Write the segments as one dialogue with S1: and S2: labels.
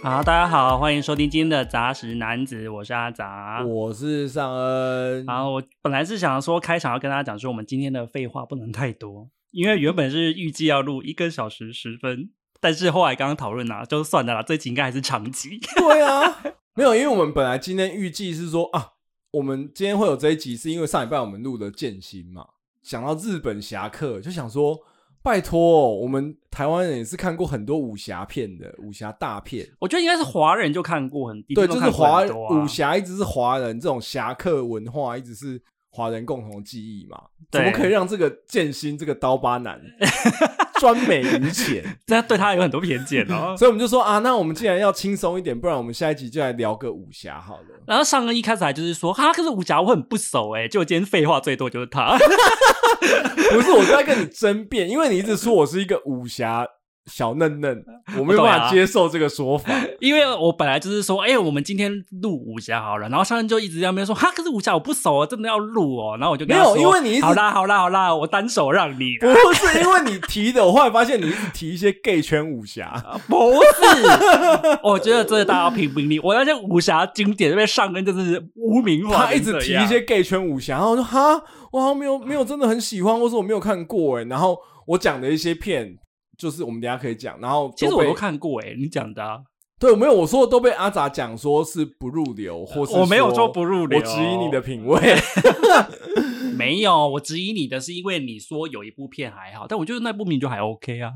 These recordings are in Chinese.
S1: 好，大家好，欢迎收听今天的杂食男子，我是阿杂。
S2: 我是尚恩，
S1: 然后我本来是想说开场要跟大家讲说，我们今天的废话不能太多，因为原本是预计要录一个小时十分，但是后来刚刚讨论啊，就算了啦，这集应该还是长集。
S2: 对啊， 没有，因为我们本来今天预计是说啊，我们今天会有这一集，是因为上礼拜我们录的《剑心》嘛，想到日本侠客，就想说，拜托、哦我们台湾人也是看过很多武侠片的，武侠大片，
S1: 我觉得应该是华人就看过很，一定
S2: 对，
S1: 都
S2: 就是
S1: 看过
S2: 华
S1: 很
S2: 人
S1: 多啊
S2: 武侠一直是华人这种侠客文化，一直是华人共同的记忆嘛，
S1: 对
S2: 怎么可以让这个剑心这个刀 疤男专美于前？
S1: 这对他有很多偏见 哦。
S2: 所以我们就说啊，那我们既然要轻松一点，不然我们下一集就来聊个武侠好了。
S1: 然后上恩一开始还就是说，哈，可是武侠我很不熟哎、结果今天废话最多就是他。
S2: 不是，我就在跟你争辩，因为你一直说我是一个武侠小嫩 嫩，我没有办法接受这个说法。
S1: 因为我本来就是说，哎、我们今天录武侠好了，然后上任就一直在那边说，哈，可是武侠我不熟哦，真的要录哦，然后我就跟他说
S2: 没有因为你一直
S1: 好啦好啦好啦，我单手让你，啊
S2: 不是因为你提的，我后来发现你一直提一些 gay 圈武 侠，
S1: 不是，我觉得这大家要评评理，我那些武侠经典被上恩就是污名化，
S2: 他一直提一些 gay 圈武侠，然后我说哈，我好像没有没有真的很喜欢，或是我没有看过哎。然后我讲的一些片，就是我们等一下可以讲，然后
S1: 其实
S2: 被
S1: 我都看过哎、你讲的啊、
S2: 对，没有我说的都被阿杂讲说是不入流，或是
S1: 我没有说不入流
S2: 我质疑你的品味。
S1: 没有，我质疑你的是因为你说有一部片还好，但我觉得那部名就还 OK 啊。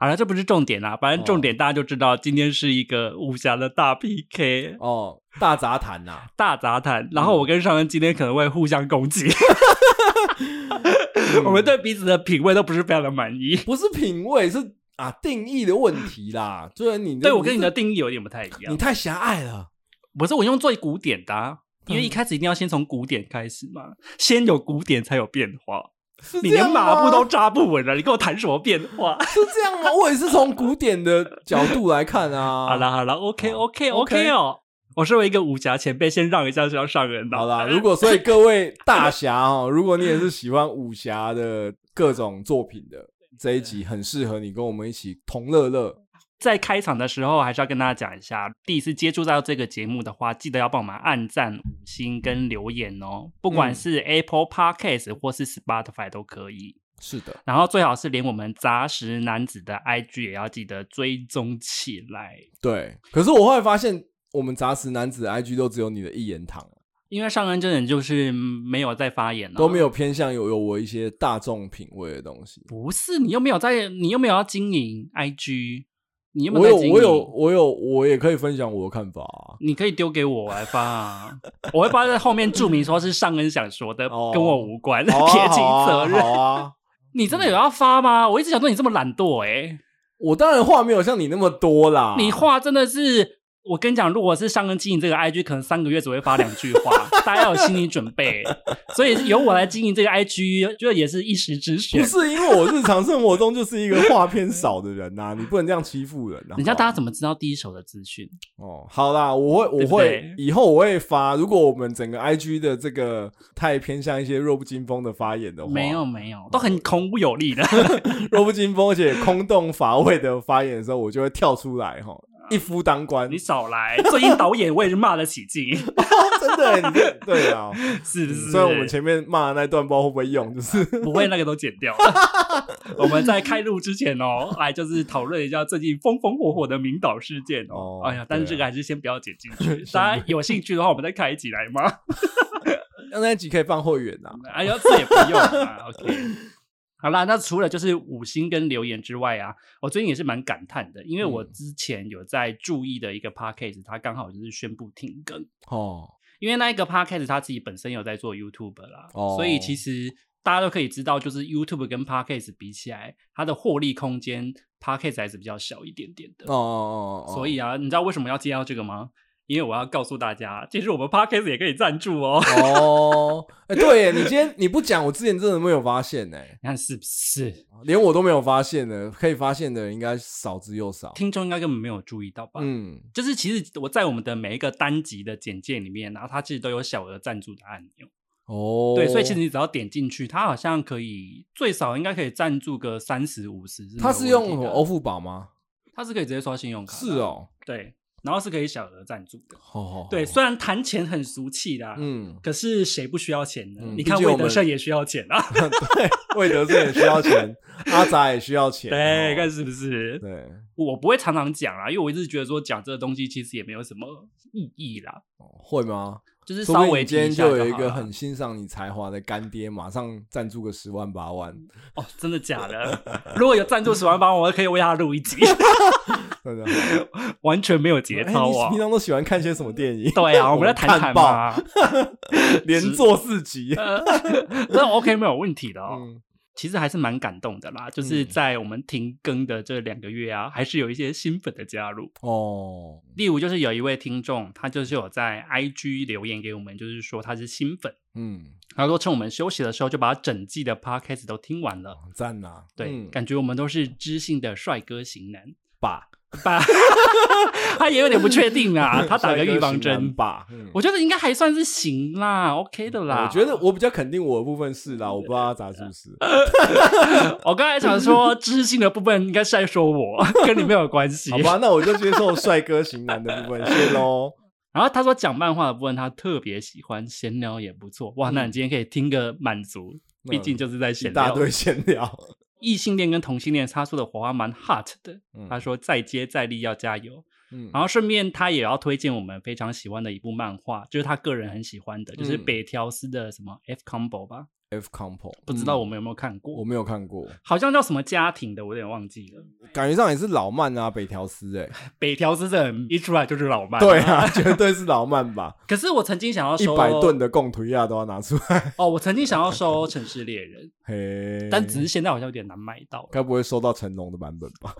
S1: 好了，这不是重点啦，反正重点大家就知道，今天是一个武侠的大 PK
S2: 哦，大杂谈呐、
S1: 大杂谈。然后我跟尚恩今天可能会互相攻击， 我们对彼此的品味都不是非常的满意。
S2: 不是品味，是啊定义的问题啦。就是你
S1: 对我跟你的
S2: 是
S1: 定义啊有点不太一
S2: 你
S1: 样，
S2: 太狭隘了。
S1: 不是我用最古典的、啊，因为一开始一定要先从古典开始嘛，先有古典才有变化。
S2: 是
S1: 你
S2: 这
S1: 连
S2: 样吗
S1: 马步都扎不稳了，你跟我谈什么变化？
S2: 是这样吗？我也是从古典的角度来看啊。
S1: 好啦，好啦 o k
S2: 好
S1: OK
S2: OK
S1: OK 哦。我身为一个武侠前辈，先让一下是要上人的。
S2: 好啦，如果所以各位大侠哦，如果你也是喜欢武侠的各种作品的，这一集很适合你跟我们一起同乐乐。
S1: 在开场的时候，还是要跟大家讲一下，第一次接触到这个节目的话，记得要帮我们按赞、五星跟留言哦，不管
S2: 嗯
S1: 是 Apple Podcast 或是 Spotify 都可以。
S2: 是的，
S1: 然后最好是连我们杂食男子的 IG 也要记得追踪起来，
S2: 对。可是我后来发现，我们杂食男子的 IG 都只有你的一言堂，啊
S1: 因为上恩真人就是没有在发言、啊，
S2: 都没有偏向有有我一些大众品味的东西。
S1: 不是，你又没有在，你又没有要经营 IG，你又没
S2: 我
S1: 有
S2: 有
S1: 在经营。
S2: 我有我有我也可以分享我的看 法啊、
S1: 你可以丢给我来发啊，我会发在后面注明说是上恩想说的，
S2: 哦
S1: 跟我无关，
S2: 好啊
S1: 撇清责任。
S2: 好啊好啊
S1: 你真的有要发吗？我一直想说你这么懒惰哎、
S2: 我当然话没有像你那么多啦。
S1: 你话真的是，我跟你讲，如果是上恩经营这个 IG，可能三个月只会发两句话，大家要有心理准备。所以由我来经营这个 IG，觉得也是一时之选
S2: 不。是因为我日常生活中就是一个话偏少的人呐、 你不能这样欺负人、啊。
S1: 人家大家
S2: 家
S1: 怎么知道第一手的资讯？
S2: 哦，好啦，我会
S1: 对
S2: 我
S1: 不
S2: 会
S1: 对
S2: 以后我会发。如果我们整个 IG 的这个太偏向一些弱不禁风的发言的话，
S1: 没有没有，都很孔武有力的。
S2: 弱不禁风而且空洞乏味的发言的时候，我就会跳出来 哈，一夫当关
S1: 你。少来，最近导演我也是骂得起劲，
S2: 真的，你这对啊。
S1: 是 不是？
S2: 虽然我们前面骂的那段不知道会不会用，就是
S1: 不会，那个都剪掉 了。我们在开录之前哦，来就是讨论一下最近风风火火的明导事件哦。
S2: 哦
S1: 哎呀，但是
S2: 对啊
S1: 这个还是先不要剪进 去。大家有兴趣的话，我们再开一集来吗？
S2: 那一集可以放会员呐、啊。
S1: 哎呀，这也不用啊。OK，好啦，那除了就是五星跟留言之外啊，我最近也是蛮感叹的，因为我
S2: 嗯
S1: 之前有在注意的一个 podcast，它刚好就是宣布停更。
S2: 哦，
S1: 因为那一个 podcast 他自己本身有在做 YouTube 啦，
S2: 哦
S1: 所以其实大家都可以知道，就是 YouTube 跟 podcast 比起来，它的获利空间 podcast 还是比较小一点点的。
S2: 哦哦哦哦，
S1: 所以啊，你知道为什么要介绍这个吗？因为我要告诉大家，其实我们 podcast 也可以赞助哦。
S2: 哦，哎、对耶，你今天你不讲，我之前真的没有发现呢，
S1: 你看是不是？
S2: 连我都没有发现呢。可以发现的人应该少之又少。
S1: 听众应该根本没有注意到吧？
S2: 嗯，
S1: 就是其实我在我们的每一个单集的简介里面，啊然后它其实都有小额赞助的按钮。
S2: 哦，
S1: 对，所以其实你只要点进去，它好像可以最少应该可以赞助个三十五十。
S2: 他是用什么
S1: 我
S2: 欧付宝吗？
S1: 他是可以直接刷信用卡，啊
S2: 是，哦，
S1: 对，然后是可以小额赞助的。
S2: 哦，
S1: 对，虽然谈钱很俗气啦，
S2: 嗯，
S1: 可是谁不需要钱呢？
S2: 嗯
S1: 你看
S2: 毕竟
S1: 魏
S2: 我们
S1: 德胜也需要钱啊，
S2: 魏德胜也需要钱，阿杂也需要钱，
S1: 对，看
S2: 哦
S1: 是不是？
S2: 对，
S1: 我不会常常讲啊啦，因为我一直觉得说讲这个东西其实也没有什么意义啦，
S2: 会吗？
S1: 就是
S2: 说不
S1: 稍
S2: 定
S1: 微
S2: 你
S1: 提
S2: 今
S1: 一
S2: 天
S1: 下
S2: 就有
S1: 好
S2: 一个
S1: 了
S2: 很欣赏你才华的干爹，马上赞助个十万 八万，
S1: 哦，真的假 的？如果有赞助十万八，我可以为他录一集，
S2: 真的。哎，
S1: 完全没有节操
S2: 你
S1: 啊
S2: 平！常都喜欢看些什么电影？
S1: 对啊，我
S2: 我
S1: 们在谈谈
S2: 看爆，
S1: 嘛，
S2: 连做四集。
S1: 呃，那 OK 没有问题的哦。
S2: 嗯，
S1: 其实还是蛮感动的啦，就是
S2: 嗯
S1: 在我们停更的这两个月啊，还是有一些新粉的加入。
S2: 哦，
S1: 例如，就是有一位听众，他就是有在 IG 留言给我们，就是说他是新粉，
S2: 嗯，
S1: 他说趁我们休息的时候就把整季的 podcast 都听完了。
S2: 赞呐，
S1: 对，
S2: 嗯
S1: 感觉我们都是知性的帅哥型男
S2: 吧，
S1: 吧，他也有点不确定啊，他打个预防
S2: 帅哥型男
S1: 针。
S2: 吧。嗯
S1: 我觉得应该还算是行啦，OK 的啦。
S2: 我觉得我比较肯定我的部分是啦，我不知 道他咋是不是。
S1: 我刚才想说知性的部分应该是在说我，跟你没有关系。
S2: 好吧，那我就接受帅哥型男的部分，谢 喽。
S1: 然后他说讲漫画的部分他特别喜欢，闲聊也不错。哇，那你今天可以听个满足，毕竟就是在
S2: 嗯一
S1: 闲
S2: 大
S1: 聊。
S2: 堆闲聊。
S1: 异性恋跟同性恋擦出的火花蛮 hot 的。
S2: 嗯
S1: 他啊说再接再厉要加油。
S2: 嗯
S1: 然后顺便他也要推荐我们非常喜欢的一部漫画，就是他个人很喜欢的，就是
S2: 嗯
S1: 北条司的什么 F Combo 吧，
S2: F Compo，
S1: 不知道我们有没有看
S2: 嗯我
S1: 过？
S2: 没有看过，
S1: 好像叫什么家庭的，我有点忘记了。
S2: 感觉上也是老漫啊，北条司 哎，
S1: 北条司这人一出来就是老漫，
S2: 对。 啊，绝对是老漫吧，
S1: 可是我曾经想要
S2: 一
S1: 收
S2: 百吨的贡图亚都要拿出来，
S1: 哦，我曾经想要收《城市猎人》，
S2: 嘿，
S1: 但只是现在好像有点难买到。
S2: 该不会收到成龙的版本 吧？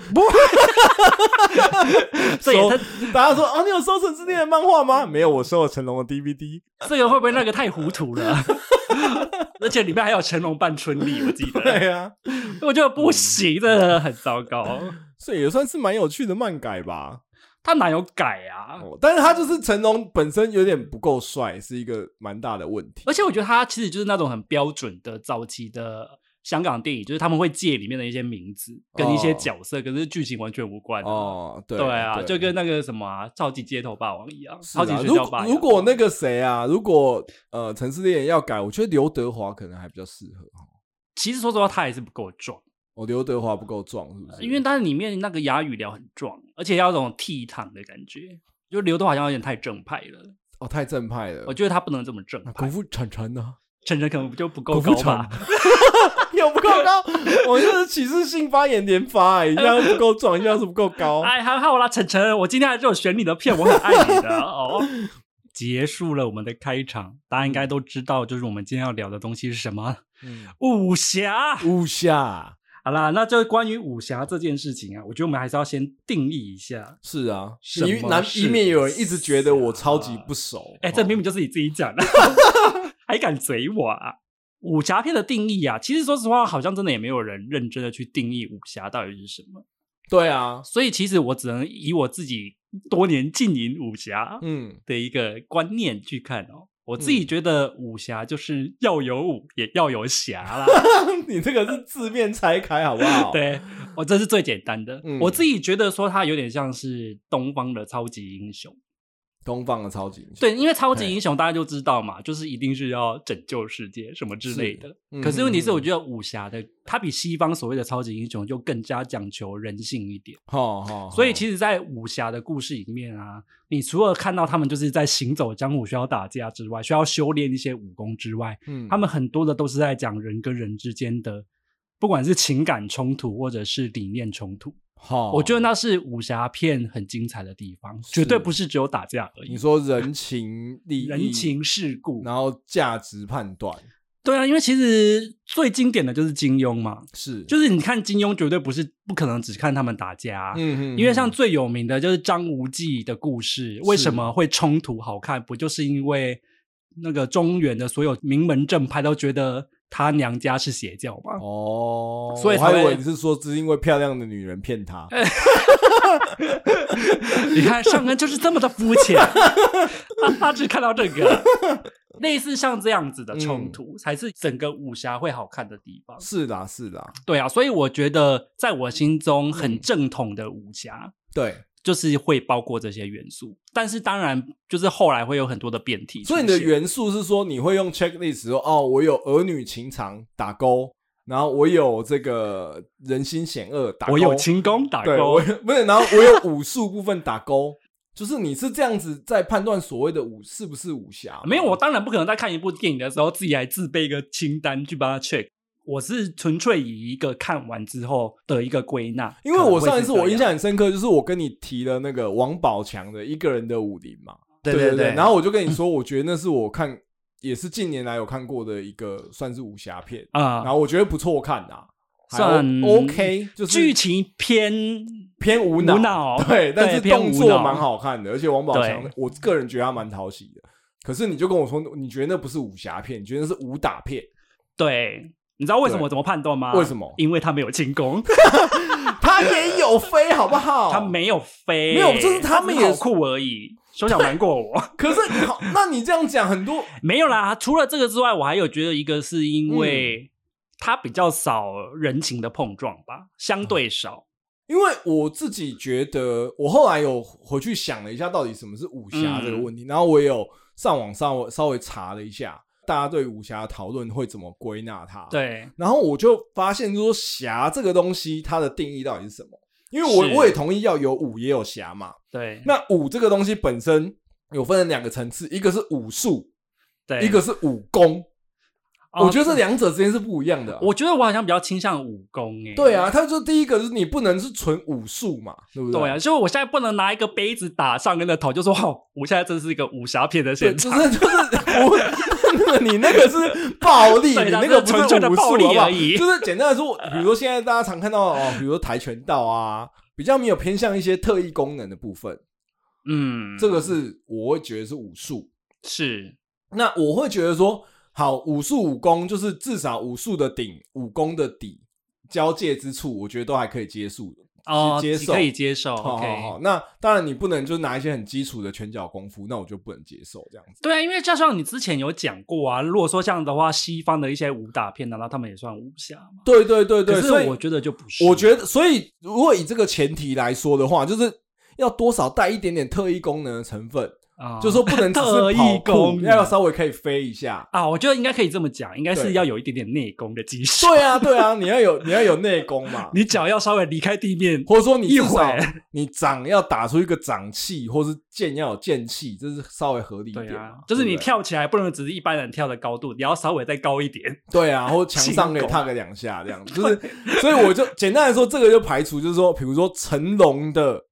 S1: 这也
S2: 收
S1: 太
S2: 大家说啊，你有收《陈之恋》的漫画吗？没有，我收了成龙的 DVD。
S1: 这个会不会那个太糊涂了？ 而且里面还有成龙扮春丽，我记 得，
S2: 对啊，
S1: 我觉得不行，真的很糟糕。
S2: 所以也算是蛮有趣的漫改吧。
S1: 他哪有改啊？
S2: 哦但是他就是成龙本身有点不够帅，是一个蛮大的问题。
S1: 而且我觉得他其实就是那种很标准的早期的香港电影，就是他们会借里面的一些名字跟一些
S2: 哦
S1: 角色，可是剧情完全无关啊。
S2: 哦，对
S1: 对啊，就跟那个什么、啊《超级街头霸王》一样，
S2: 是
S1: 超级
S2: 啊
S1: 学
S2: 如
S1: 校霸
S2: 果
S1: 王》
S2: 如果那个谁啊，如果呃《城市猎人》要改，我觉得刘德华可能还比较适合。
S1: 其实说实话，他也是不够壮。
S2: 哦，刘德华不够壮，是不是？
S1: 因为它里面那个哑语聊很壮，而且要有种倜傥的感觉。就刘德华好像有点太正派了，
S2: 哦，太正派了。
S1: 我觉得他不能这么正
S2: 那
S1: 派
S2: 功，夫铲铲呢？
S1: 陈晨可能就不够
S2: 啊功夫
S1: 高
S2: 铲
S1: 吧。
S2: 有不够高，我就是歧视性发言连发、欸，一下是不够壮，一下是不够高。
S1: 哎，还好啦，晨晨，我今天还是有选你的片，我很爱你的哦。 结束了我们的开场，大家应该都知道，就是我们今天要聊的东西是什么？
S2: 嗯
S1: 武侠。
S2: 五下
S1: 好啦，那就关于武侠这件事情啊，我觉得我们还是要先定义一下。
S2: 是啊，
S1: 什
S2: 以
S1: 么
S2: 难
S1: 是
S2: 以免有人一直觉得我
S1: 下
S2: 超级不熟。哦
S1: 哎、这明明就是你自己讲的， 还敢嘴我啊！武侠片的定义啊，其实说实话，好像真的也没有人认真的去定义武侠到底是什么。
S2: 对啊，
S1: 所以其实我只能以我自己多年经营武侠
S2: 嗯，
S1: 的一个观念去看哦。我自己觉得武侠就是要有武，也要有侠 啦。
S2: 你这个是字面拆开好不 好？，
S1: 对，我这是最简单的。
S2: 嗯
S1: 我自己觉得说它有点像是东方的超级英雄。
S2: 东方的超级英雄。
S1: 对，因为超级
S2: 嘿
S1: 英雄大家就知道嘛，就是一定是要拯救世界什么之类的。
S2: 是
S1: 可是问题是，
S2: 嗯
S1: 我觉得武侠的它比西方所谓的超级英雄就更加讲求人性一点。
S2: 好好，
S1: 所以
S2: 实
S1: 其实，在武侠的故事里面啊，你除了看到他们就是在行走江湖需要打架之外，需要修炼一些武功之外，
S2: 嗯
S1: 他们很多的都是在讲人跟人之间的，不管是情感冲突或者是理念冲突。
S2: 好，
S1: 我觉得那是武侠片很精彩的地方，绝对
S2: 是
S1: 不是只有打架而已
S2: 你。说人情利益、
S1: 人情世故。
S2: 然后价值判断
S1: 对啊，因为其实最经典的就是金庸嘛，
S2: 是，
S1: 就是你看金庸绝对不是不可能只看他们打架啊、
S2: 嗯嗯，
S1: 因为像
S2: 嗯
S1: 最有名的就是张无忌的故事，为什么会冲突好看？不就是因为那个中原的所有名门正派都觉得他娘家是邪教嘛？
S2: 哦，
S1: 所以
S2: 我还
S1: 才
S2: 以
S1: 会
S2: 为你是说只是因为漂亮的女人骗他，
S1: 你看上恩就是这么的肤 浅，他他只看到这个，类似像这样子的冲
S2: 嗯
S1: 突，才是整个武侠会好看的地方。
S2: 是啦是啦，嗯
S1: 对啊，所以我觉得在我心中很正统的武侠，
S2: 对，
S1: 就是会包括这些元素，但是当然就是后来会有很多的变体出
S2: 所
S1: 现。
S2: 以你的元素是说你会用 checklist 说哦，我有儿女情长打勾，然后我有这个人心险恶打勾，
S1: 我有轻功打
S2: 对，
S1: 勾
S2: 我，有不是，然后我有武术部分打勾，就是你是这样子在判断所谓的武是不是武侠吗？
S1: 没有，我当然不可能在看一部电影的时候自己还自备一个清单去帮他 check。我是纯粹以一个看完之后的一个归纳，
S2: 因为我上一次
S1: 可能
S2: 我
S1: 会是
S2: 印
S1: 这样
S2: 象很深刻，就是我跟你提了那个王宝强的一个人的武林嘛，
S3: 对
S2: 对
S3: 对对，
S2: 然后我 就跟你说，我觉得那是我看也是近年来有看过的一个算是武侠片，
S1: 啊、
S2: 然后我觉得不错看啊，还
S1: 算
S2: OK，就是
S1: 剧情偏
S2: 偏无
S1: 无
S2: 脑，
S1: 脑，
S2: 对，但是
S1: 偏
S2: 动
S1: 无
S2: 作
S1: 脑
S2: 蛮好看的，而且王宝强
S1: 对，
S2: 我个人觉得他蛮讨喜的。可是你就跟我说，你觉得那不是武侠片，你觉得那是武打 片？
S1: 对，你知道为什么
S2: 对
S1: 我怎么判断吗？
S2: 为什么
S1: 因为他没有轻功，
S2: 他也有飞，好不好？
S1: 他。没有飞，
S2: 没有就是他们
S1: 只是
S2: 也
S1: 好酷而已。手脚瞒过 我，
S2: 可是你好，那你这样讲，很多
S1: 没有啦。除了这个之外，我还有觉得一个是
S2: 嗯
S1: 因为他比较少人情的碰撞吧，相对少。
S2: 因为我自己觉得，我后来有回去想了一下，到底什么是武侠这个问
S1: 嗯
S2: 题，然后我也有上网稍微稍微查了一下，大家对武侠的讨论会怎么归纳它？。
S1: 对，
S2: 然后我就发现说，侠这个东西它的定义到底是什么？因为我
S1: 是
S2: 我也同意要有武也有侠嘛。
S1: 对，
S2: 那武这个东西本身有分成两个层次，一个是武术，
S1: 对，
S2: 一个是武功。
S1: 哦
S2: 我觉得这两者之间是不一样的啊、
S1: 我觉得我好像比较倾向武功欸诶、
S2: 对啊，，他就第一个就是你不能是纯武术嘛，对不
S1: 对啊，所以我现在不能拿一个杯子打上人的头，就说哦，我现在真是一个武侠片的
S2: 对，
S1: 现
S2: 就
S1: 场。
S2: 是就是 我那个你那个是暴力，
S1: 对
S2: 你
S1: 啦
S2: 那个不
S1: 纯粹的
S2: 武术
S1: 暴力
S2: 好不好
S1: 而已
S2: 就是简单 来说，比如说现在大家常看到哦，比如说跆拳道啊，比较没有偏向一些特异功能的部分，
S1: 嗯，
S2: 这个是我会觉得是武术。
S1: 是
S2: 那我会觉得说，好，武术武功就是至少武术的顶，武功的底交界之处，我觉得都还可以接受的。
S1: 哦，
S2: 接受
S1: 可以接受。
S2: 好
S1: OK，
S2: 好好，那当然你不能就拿一些很基础的拳脚功夫，那我就不能接受这样子。
S1: 对啊，因为加上你之前有讲过啊，如果说这样的话，西方的一些武打片，难啊道他们也算武侠吗？
S2: 对对对对，
S1: 可
S2: 所以
S1: 是我觉得就不是。
S2: 我觉得，所以如果以这个前提来说的话，就是要多少带一点点特异功能的成分，
S1: 啊
S2: 就是说不能只是跑
S1: 特异功
S2: 酷，
S1: 能
S2: 要稍微可以飞一下。
S1: 啊，我觉得应该可以这么讲，应该
S2: 对
S1: 是要有一点点内功的基础。
S2: 对啊，对啊，你要有你要有内功嘛，
S1: 你脚要稍微离开地面，
S2: 或者说你
S1: 一
S2: 至少
S1: 会
S2: 你掌要打出一个掌气，或是剑要有剑气，这是稍微合理一点
S1: 对
S2: 嘛、
S1: 啊，就是你
S2: 对不对
S1: 跳起来不能只是一般人跳的高度，你要稍微再高一点。
S2: 对啊，或者墙上可以踏个两下 这样，就是，所以我就简单来说，这个就排除，就是说，比如说成龙的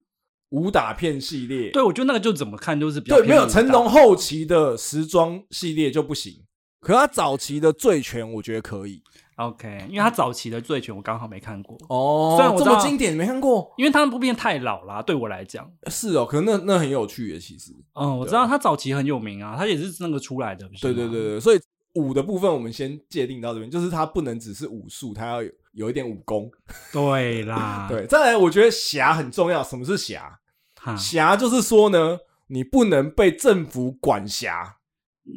S2: 武打片系列，
S1: 对，我觉得那个就怎么看就是比较
S2: 对，没有
S1: 偏武打
S2: 成龙后期的时装系列就不行，可他早期的醉拳我觉得可以
S1: OK，因为他早期的《醉拳》我刚好没看过，
S2: 哦
S1: 虽然我
S2: 这
S1: 知道
S2: 么经典没看过，
S1: 因为他那部片太老啦，对我来讲，
S2: 是哦，可是那那很有趣耶，其实，
S1: 嗯，我知道他早期很有名啊，他也是那个出来的，不是
S2: 对
S1: 吗
S2: 对对对，所以武的部分我们先界定到这边，就是它不能只是武术，它要有有一点武功，
S1: 对啦，
S2: 对，再来我觉得侠很重要，什么是侠？
S1: 哈，
S2: 侠就是说呢，你不能被政府管辖，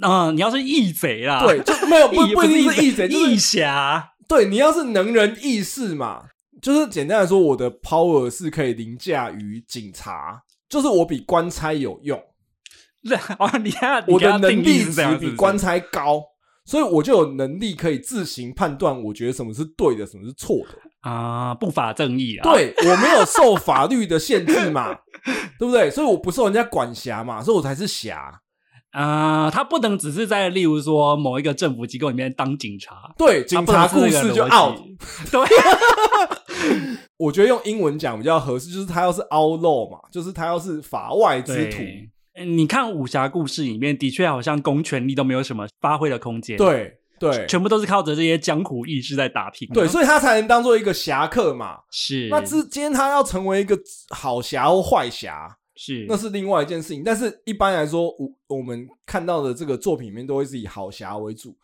S1: 嗯，你要是义贼啦，
S2: 对，，就 没有不
S1: 义
S2: 不一定是义
S1: 义
S2: 贼，就是
S1: 义侠，
S2: 对你要是能人异士嘛，就是简单来说，我的 power 是可以凌驾于警察，就是我比官差有用，
S1: 对哦，你看
S2: 我的能力
S1: 是这
S2: 值
S1: 样，是不
S2: 比
S1: 是
S2: 官差高，所以我就有能力可以自行判断，我觉得什么是对的，什么是错的。
S1: 啊，不法正义啊，
S2: 对我没有受法律的限制 嘛，对不对？所以我不受人家管辖嘛，所以我才是侠。
S1: 啊，他不能只是在例如说某一个政府机构里面当警察，
S2: 对，警察
S1: 他不
S2: 故
S1: 能是那个
S2: 事就
S1: 逻
S2: out
S1: 辑。对，
S2: 我觉得用英文讲比较合适，就是他要是 out law 嘛，就是他要是法外之徒。
S1: 对。嗯你看武侠故事里面，的确好像公权力都没有什么发挥的空间，，
S2: 对对，
S1: 全部都是靠着这些江湖义士在打拼。
S2: 对，所以他才能当做一个侠客嘛。
S1: 是
S2: 那之今天他要成为一个好侠或坏侠，
S1: 是
S2: 那是另外一件事情。但是一般来说，我我们看到的这个作品里面都会是以好侠为主。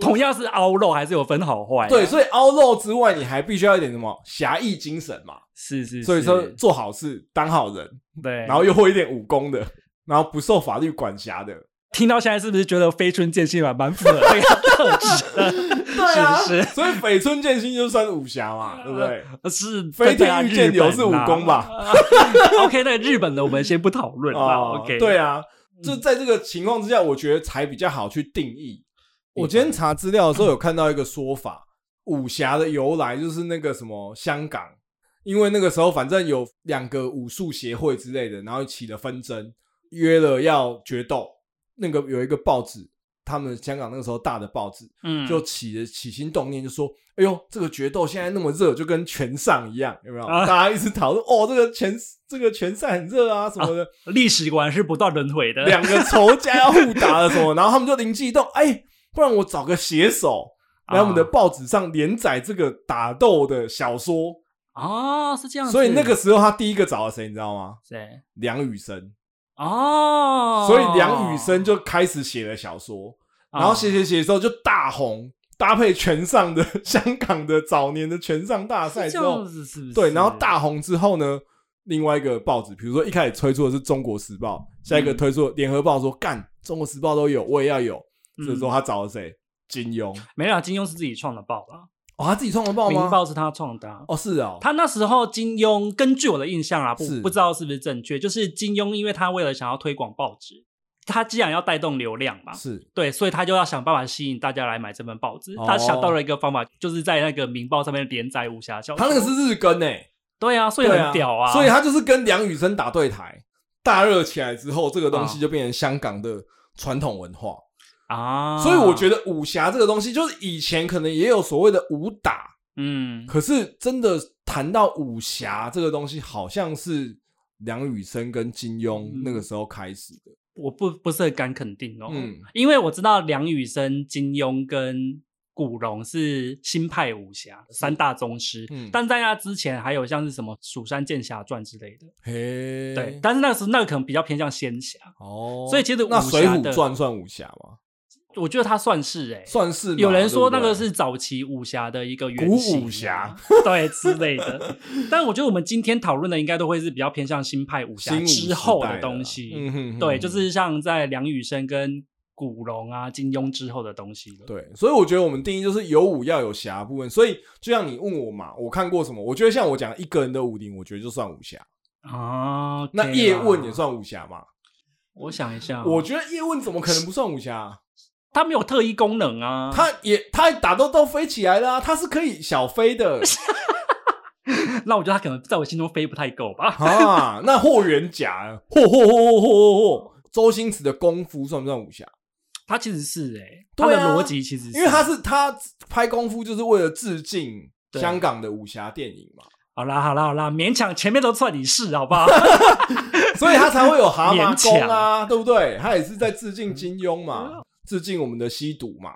S1: 同样是凹肉，还是有分好坏啊、
S2: 对，所以凹肉之外，你还必须要一点什么侠义精神嘛。
S1: 是是是，
S2: 所以说，做好事，当好人，
S1: 对，
S2: 然后又会一点武功的，然后不受法律管辖的。
S1: 听到现在是不是觉得飞春剑心蛮蛮符合这个 特质的？
S2: 对啊，
S1: 是嗯
S2: 所以绯村剑心就算武侠嘛，对不对？
S1: 是
S2: 飞
S1: 对啊
S2: 天御剑流
S1: 日本
S2: 是武
S1: 啦
S2: 功吧
S1: ？OK，那日本的我们先不讨论啦。
S2: 哦
S1: 嗯 OK，嗯
S2: 对啊，就在这个情况之下，我觉得才比较好去定义。我今天查资料的时候有看到一个说法，武侠的由来就是那个什么香港，因为那个时候反正有两个武术协会之类的，然后起了纷争，约了要决斗。那个有一个报纸，他们香港那个时候大的报纸，
S1: 嗯，
S2: 就起了起心动念，就说：“哎呦，这个决斗现在那么热，就跟拳上一样，有没有？
S1: 啊
S2: 大家一直讨论哦，这个拳这个拳赛很热啊，什么的。
S1: 历史果然是不断轮回的。
S2: 两个仇家要互打了什么，然后他们就灵机一动，哎，不然我找个写手，
S1: 啊
S2: 来我们的报纸上连载这个打斗的小说。
S1: 哦，是这样子。
S2: 所以那个时候他第一个找了谁，你知道吗？
S1: 谁？
S2: 梁羽生。
S1: 哦，
S2: 所以梁羽生就开始写了小说，
S1: 哦
S2: 然后写写写之后就大红。搭配拳上的 香港的早年的拳上大赛
S1: 是
S2: 之
S1: 这
S2: 后
S1: 样，子，是不是？
S2: 对，然后大红之后呢，另外一个报纸，比如说一开始推出的是《中国时报》，下一个推出《联合报》说，干，《中国时报》都有，我也要有。
S1: 嗯
S2: 这时候他找了谁？金庸。
S1: 没有啊，金庸是自己创的报啦，
S2: 哦，他自己创的报
S1: 明
S2: 吗？
S1: 报是他创的啊。
S2: 哦，是哦，
S1: 他那时候金庸，根据我的印象啊，不
S2: 是
S1: 不知道是不是正确，就是金庸，因为他为了想要推广报纸，他既然要带动流量嘛，
S2: 是
S1: 对，所以他就要想办法吸引大家来买这份报纸。
S2: 哦
S1: 他想到了一个方法，就是在那个《明报》上面连载武侠小说。
S2: 他那个是日更诶、
S1: 对啊，所以
S2: 对
S1: 很屌啊。
S2: 所以他就是跟梁羽生打对台，大热起来之后，这个东西
S1: 啊
S2: 就变成香港的传统文化。
S1: 啊，
S2: 所以我觉
S1: 得，
S2: 得武侠这个东西，就是以前可能也有所谓的武打，
S1: 嗯，
S2: 可是真的谈到武侠这个东西，好像是梁羽生跟金庸
S1: 嗯
S2: 那个时候开始的。
S1: 我不不是很敢肯定哦，
S2: 嗯
S1: 因为我知道梁羽生、金庸跟古龙是新派武侠三大宗师，
S2: 嗯
S1: 但在那之前还有像是什么《蜀山剑侠传》之类的，
S2: 嘿，
S1: 对，，但是那个时候那个可能比较偏向仙侠，
S2: 哦，
S1: 所以其实武侠
S2: 那《
S1: 的
S2: 水浒传》算武侠吗？
S1: 我觉得他算是哎、
S2: 算是吧。
S1: 有人说
S2: 对
S1: 那
S2: 不对
S1: 个是早期武侠的一个原
S2: 古
S1: 型啊
S2: 武侠，
S1: 对之类的。但我觉得我们今天讨论的应该都会是比较偏向新派武侠
S2: 新武
S1: 之
S2: 时
S1: 后
S2: 代
S1: 的
S2: 的
S1: 东
S2: 啦
S1: 西。
S2: 嗯哼哼
S1: 对，就是像在梁羽生跟古龙啊、金庸之后的东西了。
S2: 对，所以我觉得我们定义就是有武要有侠的部分。所以就像你问我嘛，我看过什么？我觉得像我讲一个人的武林，我觉得就算武侠。
S1: 啊，
S2: 那
S1: OK
S2: 叶
S1: 啦
S2: 问也。算武侠嘛？
S1: 我想一下，哦
S2: 我觉得叶问怎么可能不算武侠、啊？
S1: 他没有特异功能啊，
S2: 他也他打斗都飞起来了、啊，他是可以小飞的
S1: 那我觉得他可能在我心中飞不太够吧。
S2: 啊。那霍元甲，嚯嚯嚯嚯嚯嚯嚯，周星驰的功夫算不算武侠？
S1: 他其实是哎、他
S2: 对
S1: 的
S2: 啊
S1: 逻辑其实
S2: 因为他是他拍功夫就是为了致敬
S1: 对
S2: 香港的武侠电影 嘛，
S1: 好啦好啦好啦，勉强前面都算你是好不 好？
S2: 所以他才会有蛤蟆
S1: 勉
S2: 功
S1: 强嗯
S2: 啊，对不对？他也是在致敬金庸嘛，致敬我们的吸毒嘛，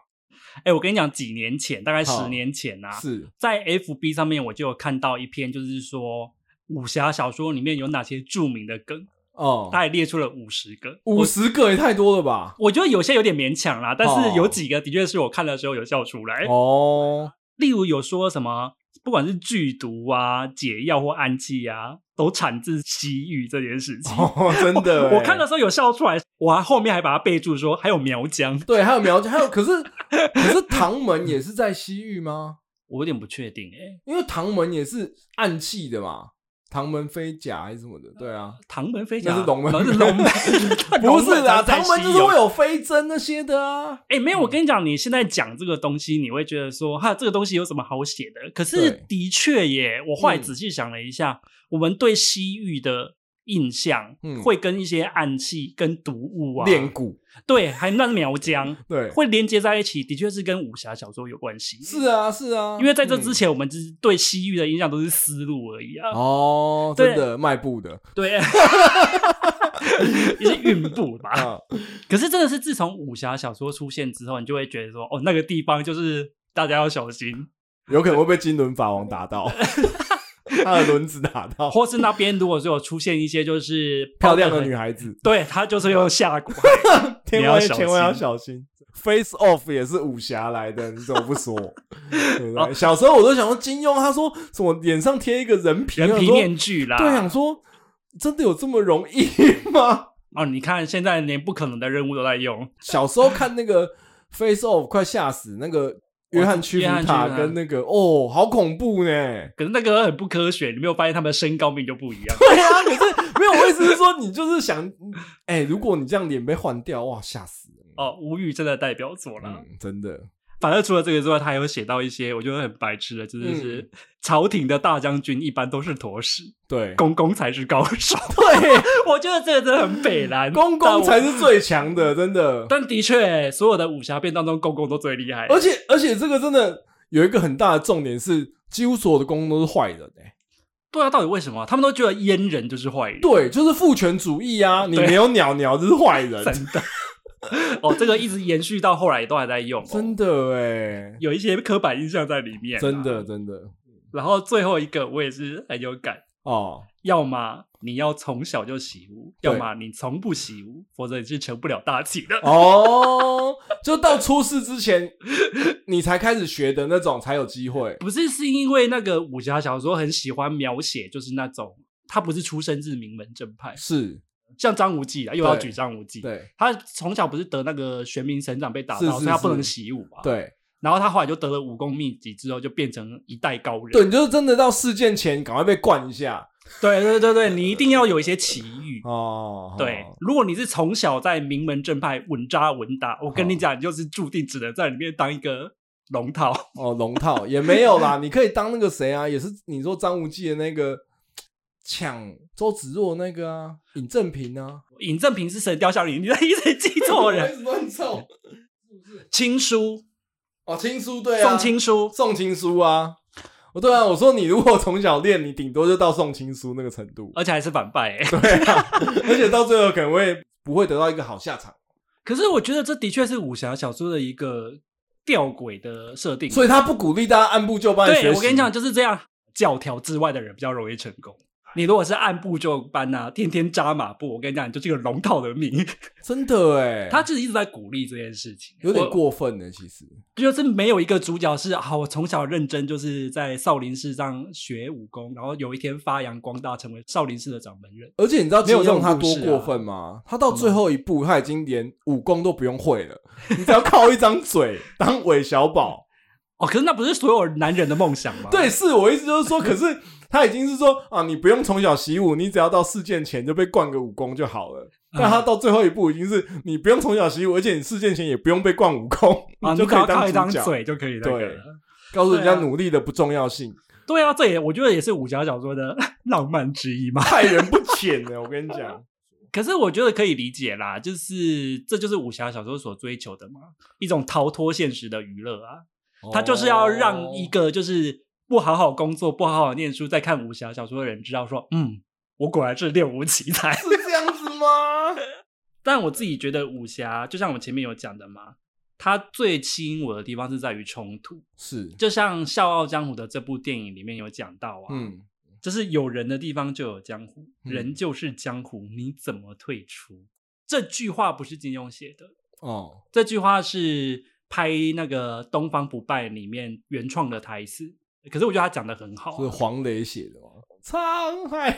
S1: 哎、我跟你讲，几年前，大概
S2: 好
S1: 十年前啊，
S2: 是
S1: 在 FB 上面我就有看到一篇，就是说武侠小说里面有哪些著名的梗，
S2: 哦，
S1: 他也列出了五十个。
S2: 五十个也太多了吧？
S1: 我觉得有些有点勉强啦，但
S2: 哦
S1: 是有几个的确是我看的时候有笑出来。
S2: 哦，
S1: 例如有说什么，不管是剧毒啊、解药或氨气啊，都产自西域这件事情。
S2: 哦，真的欸、
S1: 我看的时候有笑出来，我还后面还把它备注说还有苗疆，
S2: 对，还有苗，还有可是可是唐门也是在西域吗？
S1: 我有点不确定哎、
S2: 因为唐门也是暗器的嘛，唐门飞甲还是什么的，对啊，
S1: 唐门飞甲
S2: 那是龙门
S1: 那是龙门，
S2: 不是啦，
S1: 在
S2: 唐门就
S1: 西
S2: 是
S1: 游
S2: 会有飞针那些的啊。
S1: 哎、没有，我跟你讲，你现在讲这个东西，你会觉得说，哈，这个东西有什么好写的？可是
S2: 对
S1: 的确耶，我后来
S2: 嗯
S1: 仔细想了一下，我们对西域的印象，
S2: 嗯
S1: 会跟一些暗器、跟毒物啊，
S2: 练蛊，
S1: 对，还有那苗疆，
S2: 对，
S1: 会连接在一起，的确是跟武侠小说有关系。
S2: 是啊，是啊，
S1: 因为在这之
S2: 嗯、
S1: 前，我们就是对西域的印象都是丝路而已啊。
S2: 哦，
S1: 对
S2: 真的迈 步的
S1: 对，也是运步吧。
S2: 啊，
S1: 可是真的是自从武侠小说出现之后，你就会觉得说，哦，那个地方就是大家要小心，
S2: 有可能会被金轮法王 打到，他的轮子打到
S1: 或是那边如果说有出现一些就是
S2: 漂亮的女，孩子，
S1: 对她就是用下蛊。
S2: 千
S1: 要
S2: 万
S1: 小心
S2: 千万要小心。Face Off 也是武侠来的，你怎么不说？ 对不
S1: 哦
S2: 对？小时候我都想说金庸，他说什么脸上贴一个人皮，
S1: 人
S2: 我想啊
S1: 皮
S2: 说
S1: 面具啦，
S2: 对，想说真的有这么容易吗？
S1: 哦，你看现在连不可能的任务都在用，
S2: 小时候看那个 Face Off 快吓死，那个约翰屈服
S1: 约翰屈服
S2: 塔
S1: 塔
S2: 跟那个哦，好恐 怖呢。
S1: 可是那个很不科学，你没有发现他们的身高明明就不一样。
S2: 对啊，可是没有，我意思是说，你就是想，哎、如果你这样脸被换掉，哇，吓死人。
S1: 哦，无语真的代表作了。
S2: 嗯，真的，
S1: 反正除了这个之外，他还有写到一些我觉得很白痴的，就是、
S2: 嗯
S1: 是朝廷的大将军一般都是坨屎，
S2: 对，
S1: 公公才是高手。
S2: 对，
S1: 我觉得这个真的很北蓝，但
S2: 公公
S1: 我
S2: 才是最强的，真的。
S1: 但的确，所有的武侠片当中，公公都最厉害。
S2: 而且而且这个真的有一个很大的重点是，几乎所有的公公都是坏人哎、
S1: 对啊，到底为什么？他们都觉得阉人就是坏人。
S2: 对，就是父权主义啊，你
S1: 对
S2: 没有鸟鸟就是坏人，
S1: 真的。哦，这个一直延续到后来都还在用、哦，
S2: 真的哎、
S1: 有一些刻板印象在里面、啊
S2: 真的。真的
S1: 然后最后一个我也是很有感，
S2: 哦，
S1: 要么你要从小就习武，
S2: 对
S1: 要么你从不习武，否则你是成不了大器的。
S2: 哦，就到出事之前，你才开始学的那种才有机会。
S1: 不是是因为那个武侠小说很喜欢描写，就是那种他不是出身自名门正派，
S2: 是，
S1: 像张无忌啊，又要
S2: 对
S1: 举张无忌，
S2: 对
S1: 他从小不是得那个玄冥神掌被打到，
S2: 是是
S1: 所以他不
S2: 是
S1: 能习武啊。，
S2: 对
S1: 然后他后来就得了武功秘籍之后，就变成一代高人。
S2: 对，你就是真的到事件前赶快被灌一下
S1: 对对对对，你一定要有一些奇遇。
S2: 哦。
S1: 对
S2: 哦，
S1: 如果你是从小在名门正派稳扎稳打，我跟你
S2: 哦
S1: 讲，你就是注定只能在里面当一个龙套。
S2: 哦，龙套也没有啦，你可以当那个谁啊，也是你说张无忌的那个抢周芷若那个啊，尹正平啊，
S1: 尹正平是《神雕侠侣》，你在 一直记错
S2: 我
S1: 人。
S2: 一直乱凑
S1: 青书，
S2: 哦，青书对啊，
S1: 宋青书，
S2: 宋青书啊，我对啊，我说你如果从小练，你顶多就到宋青书那个程度，
S1: 而且还是反派、欸。
S2: 对啊， 而且到最后可能会不会得到一个好下场，
S1: 可是我觉得这的确是武侠小说的一个吊诡的设定。
S2: 所以他不鼓励大家按部就班地学
S1: 对，
S2: 习。
S1: 我跟你讲，，就是这样，教条之外的人比较容易成功。你如果是按部就班啊，天天扎马步，我跟你讲，你就是一个龙套的命。
S2: 真的哎，
S1: 他就是一直在鼓励这件事情，
S2: 有点
S1: 我，
S2: 过分呢，其实
S1: 就是没有一个主角是啊，我从小认真就是在少林寺上学武功，然后有一天发扬光大，成为少林寺的掌门人。
S2: 而且你知道
S1: 没有
S2: 金
S1: 这
S2: 庸
S1: 种
S2: 他
S1: 故
S2: 多
S1: 事啊
S2: 过分吗？他到最后一步，他已经连武功都不用会了， 你只要靠一张嘴当韦 小宝。
S1: 哦，可是那不是所有男人的梦想吗？
S2: 对，是我意思就是说，可是他已经是说啊，你不用从小习武，你只要到事件前就被灌个武功就好了。
S1: 嗯
S2: 但他到最后一步已经是你不用从小习武，而且你事件前也不用被灌武功，
S1: 啊，
S2: 就
S1: 你只
S2: 可以
S1: 要靠一张
S2: 当主角。
S1: 嘴就可以那个
S2: 对
S1: 了。
S2: 告诉人家
S1: 对啊
S2: 努力的不重要性，
S1: 对啊，这也我觉得也是武侠小说的 浪漫之一嘛。
S2: 害人不浅呢。我跟你讲，
S1: 可是我觉得可以理解啦，就是这就是武侠小说所追求的嘛，一种逃脱现实的娱乐啊。 他就是要让一个就是不好好工作、不好好念书，在看武侠小说的人知道说，嗯，我果然是练武奇才。
S2: 是这样子吗？
S1: 但我自己觉得武侠，就像我前面有讲的嘛，它最吸引我的地方是在于冲突。
S2: 是，
S1: 就像《笑傲江湖》的这部电影里面有讲到啊，
S2: 嗯，
S1: 就是有人的地方就有江湖，
S2: 嗯
S1: 人就是江湖，你怎么退出？这句话不是金庸写的，
S2: 哦，
S1: 这句话是拍那个《东方不败》里面原创的台词。可是我觉得他讲的很好
S2: 是
S1: 啊、
S2: 黄磊写的吗？沧海，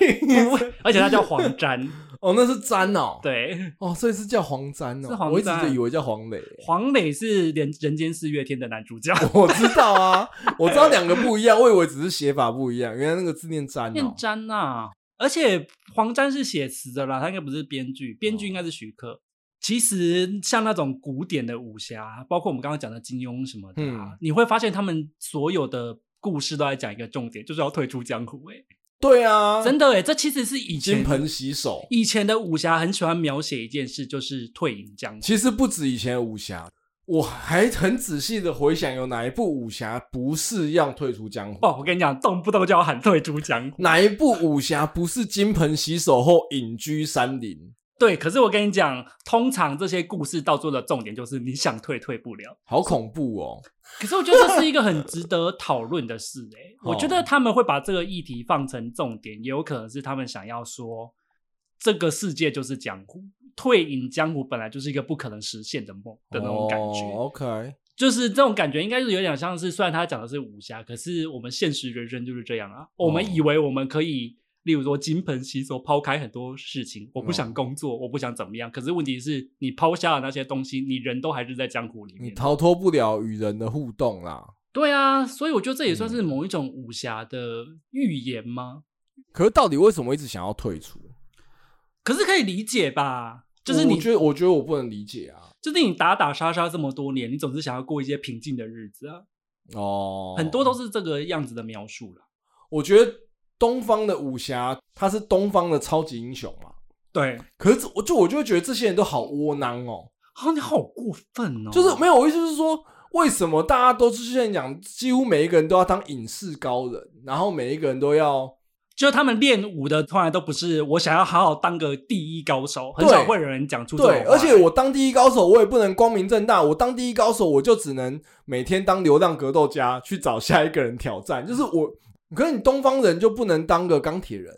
S1: 而且他叫黄沾，
S2: 哦，那是詹哦，，
S1: 对，
S2: 哦，所以是叫黄詹哦，
S1: 是黄
S2: 我一直
S1: 沾
S2: 就以为叫黄磊，
S1: 黄磊是连《人间四月天》的男主角，
S2: 我知道啊，我知道两个不一样，我以为只是写法不一样，原来那个字念詹
S1: 念
S2: 哦，
S1: 詹呐、而且黄沾是写词的啦，他应该不是编剧，编
S2: 哦
S1: 剧应该是徐克。其实像那种古典的武侠，包括我们刚刚讲的金庸什么的、啊，
S2: 嗯
S1: 你会发现他们所有的故事都在讲一个重点，就是要退出江湖、欸。
S2: 对啊，
S1: 真的哎、这其实是以前
S2: 金盆洗手。
S1: 以前的武侠很喜欢描写一件事，就是退隐江湖。
S2: 其实不止以前的武侠，我还很仔细的回想，有哪一部武侠不是要退出江湖？
S1: 哦，我跟你讲，动不动就要喊退出江湖。
S2: 哪一部武侠不是金盆洗手后隐居山林？
S1: 对，可是我跟你讲，通常这些故事到最后的重点就是你想退退不了。
S2: 好恐怖哦！
S1: 可是我觉得这是一个很值得讨论的事诶、
S2: 哦
S1: 我觉得他们会把这个议题放成重点，也有可能是他们想要说，这个世界就是江湖，退隐江湖本来就是一个不可能实现的梦的那种感觉。
S2: 哦 OK，
S1: 就是这种感觉，应该是有点像
S2: 哦
S1: 是，虽然他讲的是武侠，可是我们现实人生就是这样啊。我们以为我们可以例如说金盆洗手，抛开很多事情，
S2: 嗯
S1: 我不想工作，我不想怎么样。可是问题是你抛下了那些东西，你人都还是在江湖里
S2: 你
S1: 面。啊
S2: 逃脱不了与人的互动啦。
S1: 对啊，所以我觉得这也
S2: 嗯
S1: 算是某一种武侠的预言吗？
S2: 可是到底为什么一直想要退出？
S1: 可是可以理解吧？就是
S2: 我
S1: 你
S2: 我觉得，我觉得我不能理解啊。
S1: 就是你打打杀杀这么多年，你总是想要过一些平静的日子啊，
S2: 哦，
S1: 很多都是这个样子的描述了。
S2: 我觉得东方的武侠，他是东方的超级英雄嘛。
S1: 对，
S2: 可是我就我就会觉得这些人都好窝囊哦，
S1: 啊，你好过分哦！
S2: 就是没有，我意思是说，为什么大家都是现在讲，几乎每一个人都要当隐士高人，然后每一个人都要
S1: 就是他们练武的，从来都不是我想要好好当个第一高手，
S2: 对
S1: 很少会有人讲出这种
S2: 对，
S1: 话。
S2: 而且我当第一高手，我也不能光明正大，我当第一高手，我就只能每天当流浪格斗家去找下一个人挑战，就是我。可是你东方人就不能当个钢铁人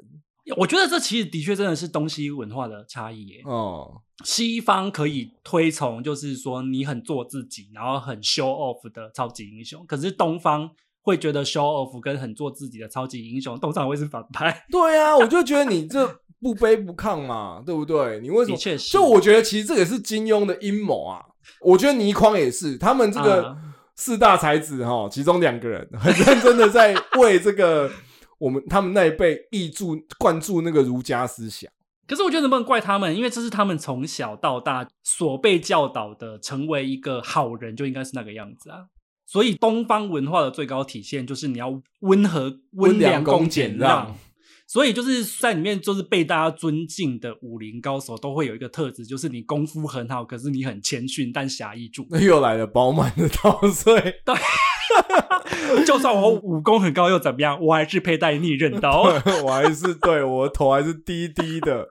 S1: 我觉得这其实的确真的是东西文化的差异耶。
S2: 哦、
S1: 西方可以推崇，就是说你很做自己，然后很 show off 的超级英雄，可是东方会觉得 show off 跟很做自己的超级英雄通常会是反派。
S2: 对啊，我就觉得你这不卑不亢嘛， 对不对？你为什么？
S1: 的确是
S2: 就我觉得其实这也是金庸的阴谋啊。我觉得倪匡也是，他们这个
S1: 啊
S2: 四大才子哈，其中两个人 很认真的在为这个我们他们那一辈译注灌注那个儒家思想。
S1: 可是我觉得能不能怪他们？因为这是他们从小到大所被教导的，成为一个好人就应该是那个样子啊。所以东方文化的最高体现就是你要温和、
S2: 温良
S1: 良
S2: 恭
S1: 俭
S2: 俭让。
S1: 所以就是在里面，就是被大家尊敬的武林高手都会有一个特质，就是你功夫很好，可是你很谦逊，但侠义著名。
S2: 那又来了饱满的稻穗，
S1: 就算我武功很高又怎么样，我还是佩戴逆刃 刀。
S2: 我还是对我的头还是低低 的，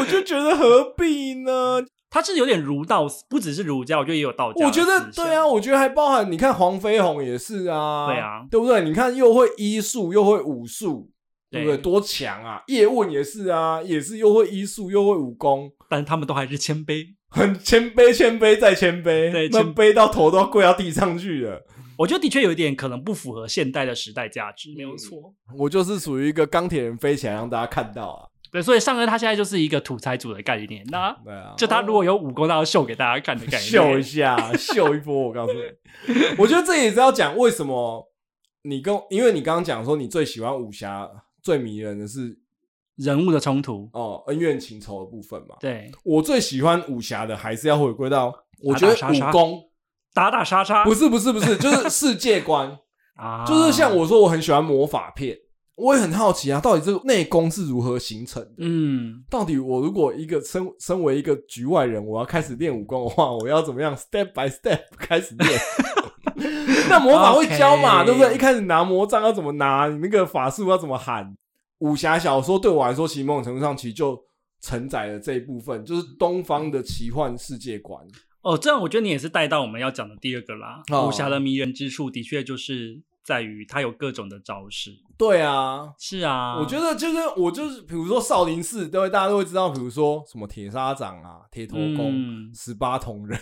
S2: 我就觉得何必呢？
S1: 它是有点儒道，不只是儒家，我觉得也有道家。
S2: 我觉得对啊，，我觉得还包含你看黄飞鸿也是啊，
S1: 对啊
S2: 对不对？你看又会医术又会武术，对不对？
S1: 对，
S2: 多强啊！叶问也是啊，也是又会医术又会武功，
S1: 但他们都还是谦卑。
S2: 很谦卑，谦卑再谦卑，
S1: 对
S2: 那
S1: 谦
S2: 卑到头都要跪到地上去了。
S1: 我觉得的确有一点可能不符合现代的时代价值，没
S2: 嗯
S1: 有错。
S2: 我就是属于一个钢铁人飞起来让大家看到啊，
S1: 对，所以上哥他现在就是一个土财主的概念，那
S2: 对啊，
S1: 就他如果有武功，他要秀给大家看的概念。
S2: 秀一下，秀一波。我告诉你，我觉得这也是要讲为什么你跟，因为你刚刚讲说你最喜欢武侠，最迷人的是
S1: 人物的冲突，
S2: 哦恩怨情仇的部分嘛。
S1: 对，
S2: 我最喜欢武侠的还是要回归到，我
S1: 打打
S2: 觉得
S1: 杀杀
S2: 武功
S1: 打打杀杀，
S2: 不是不是不是， 就是世界观，
S1: 啊，
S2: 就是像，我说我很喜欢魔法片，我也很好奇啊，到底这个内功是如何形成的？
S1: 嗯，
S2: 到底我如果一个身身为一个局外人，我要开始练武功的话，我要怎么样 step by step 开始练？ 那魔法会教嘛
S1: OK
S2: 对不对？一开始拿魔杖要怎么拿，你那个法术要怎么喊？武侠小说对我来说，其实某种程度上其实就承载了这一部分，就是东方的奇幻世界观。
S1: 哦，这样我觉得你也是带到我们要讲的第二个啦。
S2: 哦
S1: 武侠的迷人之处的确就是在于它有各种的招式。
S2: 对啊，
S1: 是啊，
S2: 我觉得就是我就是，比如说少林寺，对不对大家都会知道，比如说什么铁砂掌啊、铁头功、
S1: 嗯
S2: 十八铜人，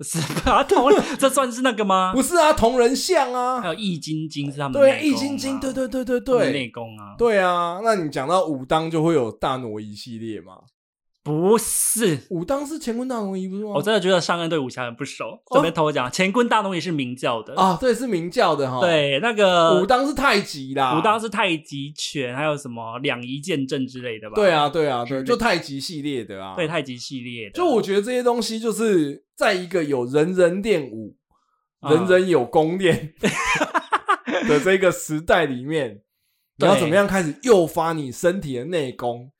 S1: 十 八铜，这算是那个吗？
S2: 不是啊，铜人像
S1: 还
S2: 啊，
S1: 有易筋经是他们的
S2: 对，
S1: 内
S2: 易
S1: 功
S2: 筋经，
S1: 啊
S2: 对对对对
S1: 他们的
S2: 对
S1: 内，功啊，
S2: 对啊。那你讲到武当，就会有大挪移系列嘛？
S1: 不是。
S2: 武当是乾坤大挪移，不是吗？
S1: 我真的觉得上恩对武侠很不熟，
S2: 哦
S1: 准备偷讲。乾坤大挪移是明教的，
S2: 啊，对，是明教的哈。，
S1: 对，那个
S2: 武当是太极啦，
S1: 武当是太极拳，还有什么两仪剑阵之类的吧？
S2: 对，啊，对啊，
S1: 是
S2: 对，就太极系列的啊。
S1: 对太极系列的。
S2: 就我觉得这些东西，就是在一个有人人练武、
S1: 啊
S2: 人人有功练的这个时代里面，你
S1: 对
S2: 要怎么样开始诱发你身体的内功？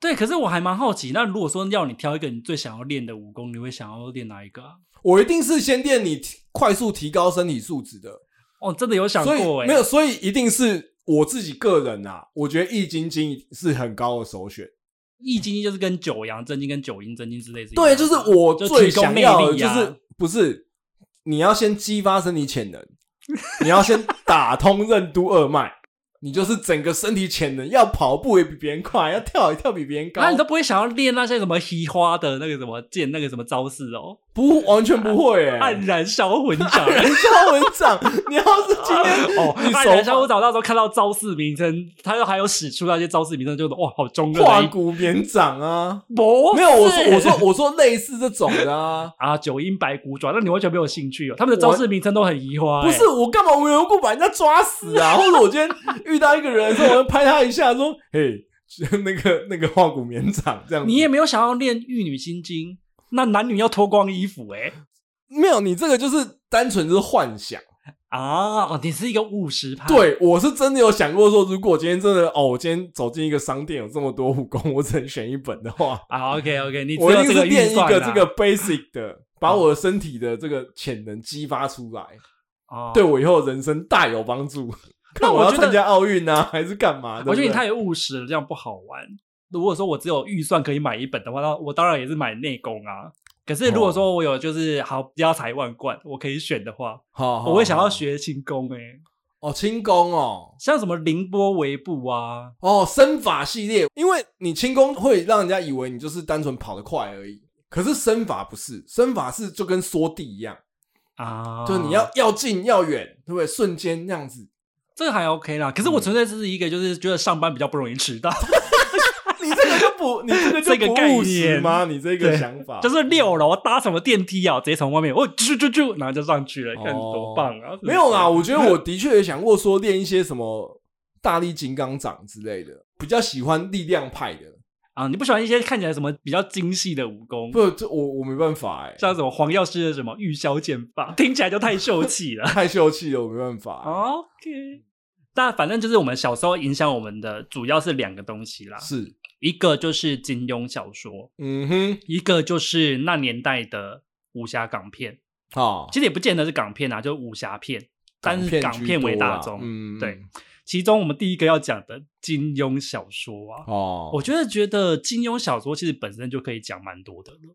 S1: 对，可是我还蛮好奇，那如果说要你挑一个你最想要练的武功，你会想要练哪一个啊？
S2: 我一定是先练你提快速提高身体素质的，
S1: 哦，真的有想
S2: 所以
S1: 过哎、
S2: 没有，所以一定是我自己个人啊，我觉得易筋经是很高的首选。
S1: 易筋经就是跟九阳真经、跟九阴真经之类的。
S2: 对，就是我
S1: 就
S2: 最
S1: 提供
S2: 想
S1: 魅
S2: 要的
S1: 力
S2: 就
S1: 啊
S2: 是不是你要先激发身体潜能，你要先打通任督二脉，你就是整个身体潜能，要跑步也比别人快，要跳也跳比别人高
S1: 啊那。你都不会想要练那些什么西花的那个什么剑、那个什么招式哦？
S2: 不，完全不会哎、
S1: 黯然销 魂掌。
S2: 燃烧文长，你要是今 天
S1: 哦，
S2: 啊你
S1: 黯
S2: 手
S1: 然销魂掌到时候看到招式名称，他又还有使出那些招式名称，就哇，好中二
S2: 胯
S1: 的一。
S2: 骨绵掌啊，
S1: 不
S2: 没有，我说
S1: 是
S2: 我说我说类似这种的啊，
S1: 啊，九阴白骨爪，那你完全没有兴趣哦。他们的招式名称都很啊移花、
S2: 不是我干嘛无缘无故把人家抓 死啊？或者我今天遇到一个人的时候，我要拍他一下，说嘿， 那个那个胯骨绵掌这样子，
S1: 哎你也没有想要练玉女心经，那男女要脱光衣服哎、
S2: 没有，你这个就是单纯就是幻想。
S1: 啊，哦，你是一个务实派，，
S2: 对，我是真的有想过说，如果今天真的哦，我今天走进一个商店有这么多武功，我只能选一本的话，
S1: 啊，OK OK，你只
S2: 我一
S1: 有
S2: 定
S1: 这
S2: 是
S1: 个预
S2: 练一
S1: 算、啊、
S2: 个这个 basic 的，把我的身体的这个潜能激发出来，
S1: 哦，
S2: 对我以后人生大有帮助。看我
S1: 我
S2: 要
S1: 觉
S2: 参
S1: 得
S2: 加奥运啊，还是干嘛的？
S1: 我觉得
S2: 对
S1: 你
S2: 不对
S1: 太务实了，这样不好玩。如果说我只有预算可以买一本的话，那我当然也是买内功啊。可是如
S2: 哦
S1: 果说我有就是好家财万贯，我可以选的话，
S2: 好，好
S1: 我会想要
S2: 好
S1: 学轻功诶、
S2: 哦，轻功哦，
S1: 像什么凌波微步啊，
S2: 哦，身法系列，因为你轻功会让人家以为你就是单纯跑得快而已，可是身法不是，身法是就跟缩地一样，
S1: 啊，
S2: 就是你要要近要远，对不对？瞬间那样子，
S1: 这个还 OK 啦。可
S2: 嗯
S1: 是我纯粹是一个就是觉得上班比较不容易迟到，
S2: 你这个就不，你这个
S1: 这个
S2: 就
S1: 概
S2: 不务实
S1: 念
S2: 吗？ 你这个
S1: 对
S2: 想法
S1: 就是六楼搭什么电梯啊，我直接从外面我啾啾啾，然后就上去了，看
S2: 哦
S1: 多棒啊！是不是
S2: 没有啦，，我觉 得我的确也想过说练一些什么大力金刚掌之类的，比较喜欢力量派的。
S1: 啊，你不喜欢一些看起来什么比较精细的武功，
S2: 不，这我我没办法哎、
S1: 像什么黄药师的什么玉箫剑法，听起来就太秀气了。
S2: 太秀气了，我没办法、
S1: OK，但 反正就是我们小时候影响我们的主要是两个东西啦，
S2: 是，
S1: 一个就是金庸小说，
S2: 嗯哼，
S1: 一个就是那年代的武侠港片。
S2: 好，
S1: 其实也不见得是港片啊，就是武侠片，但是港
S2: 居
S1: 片为
S2: 多
S1: 大
S2: 啦
S1: 宗。
S2: 嗯，
S1: 对，其中我们第一个要讲的金庸小说啊，
S2: 哦，
S1: 我觉得觉得金庸小说其实本身就可以讲蛮多的了。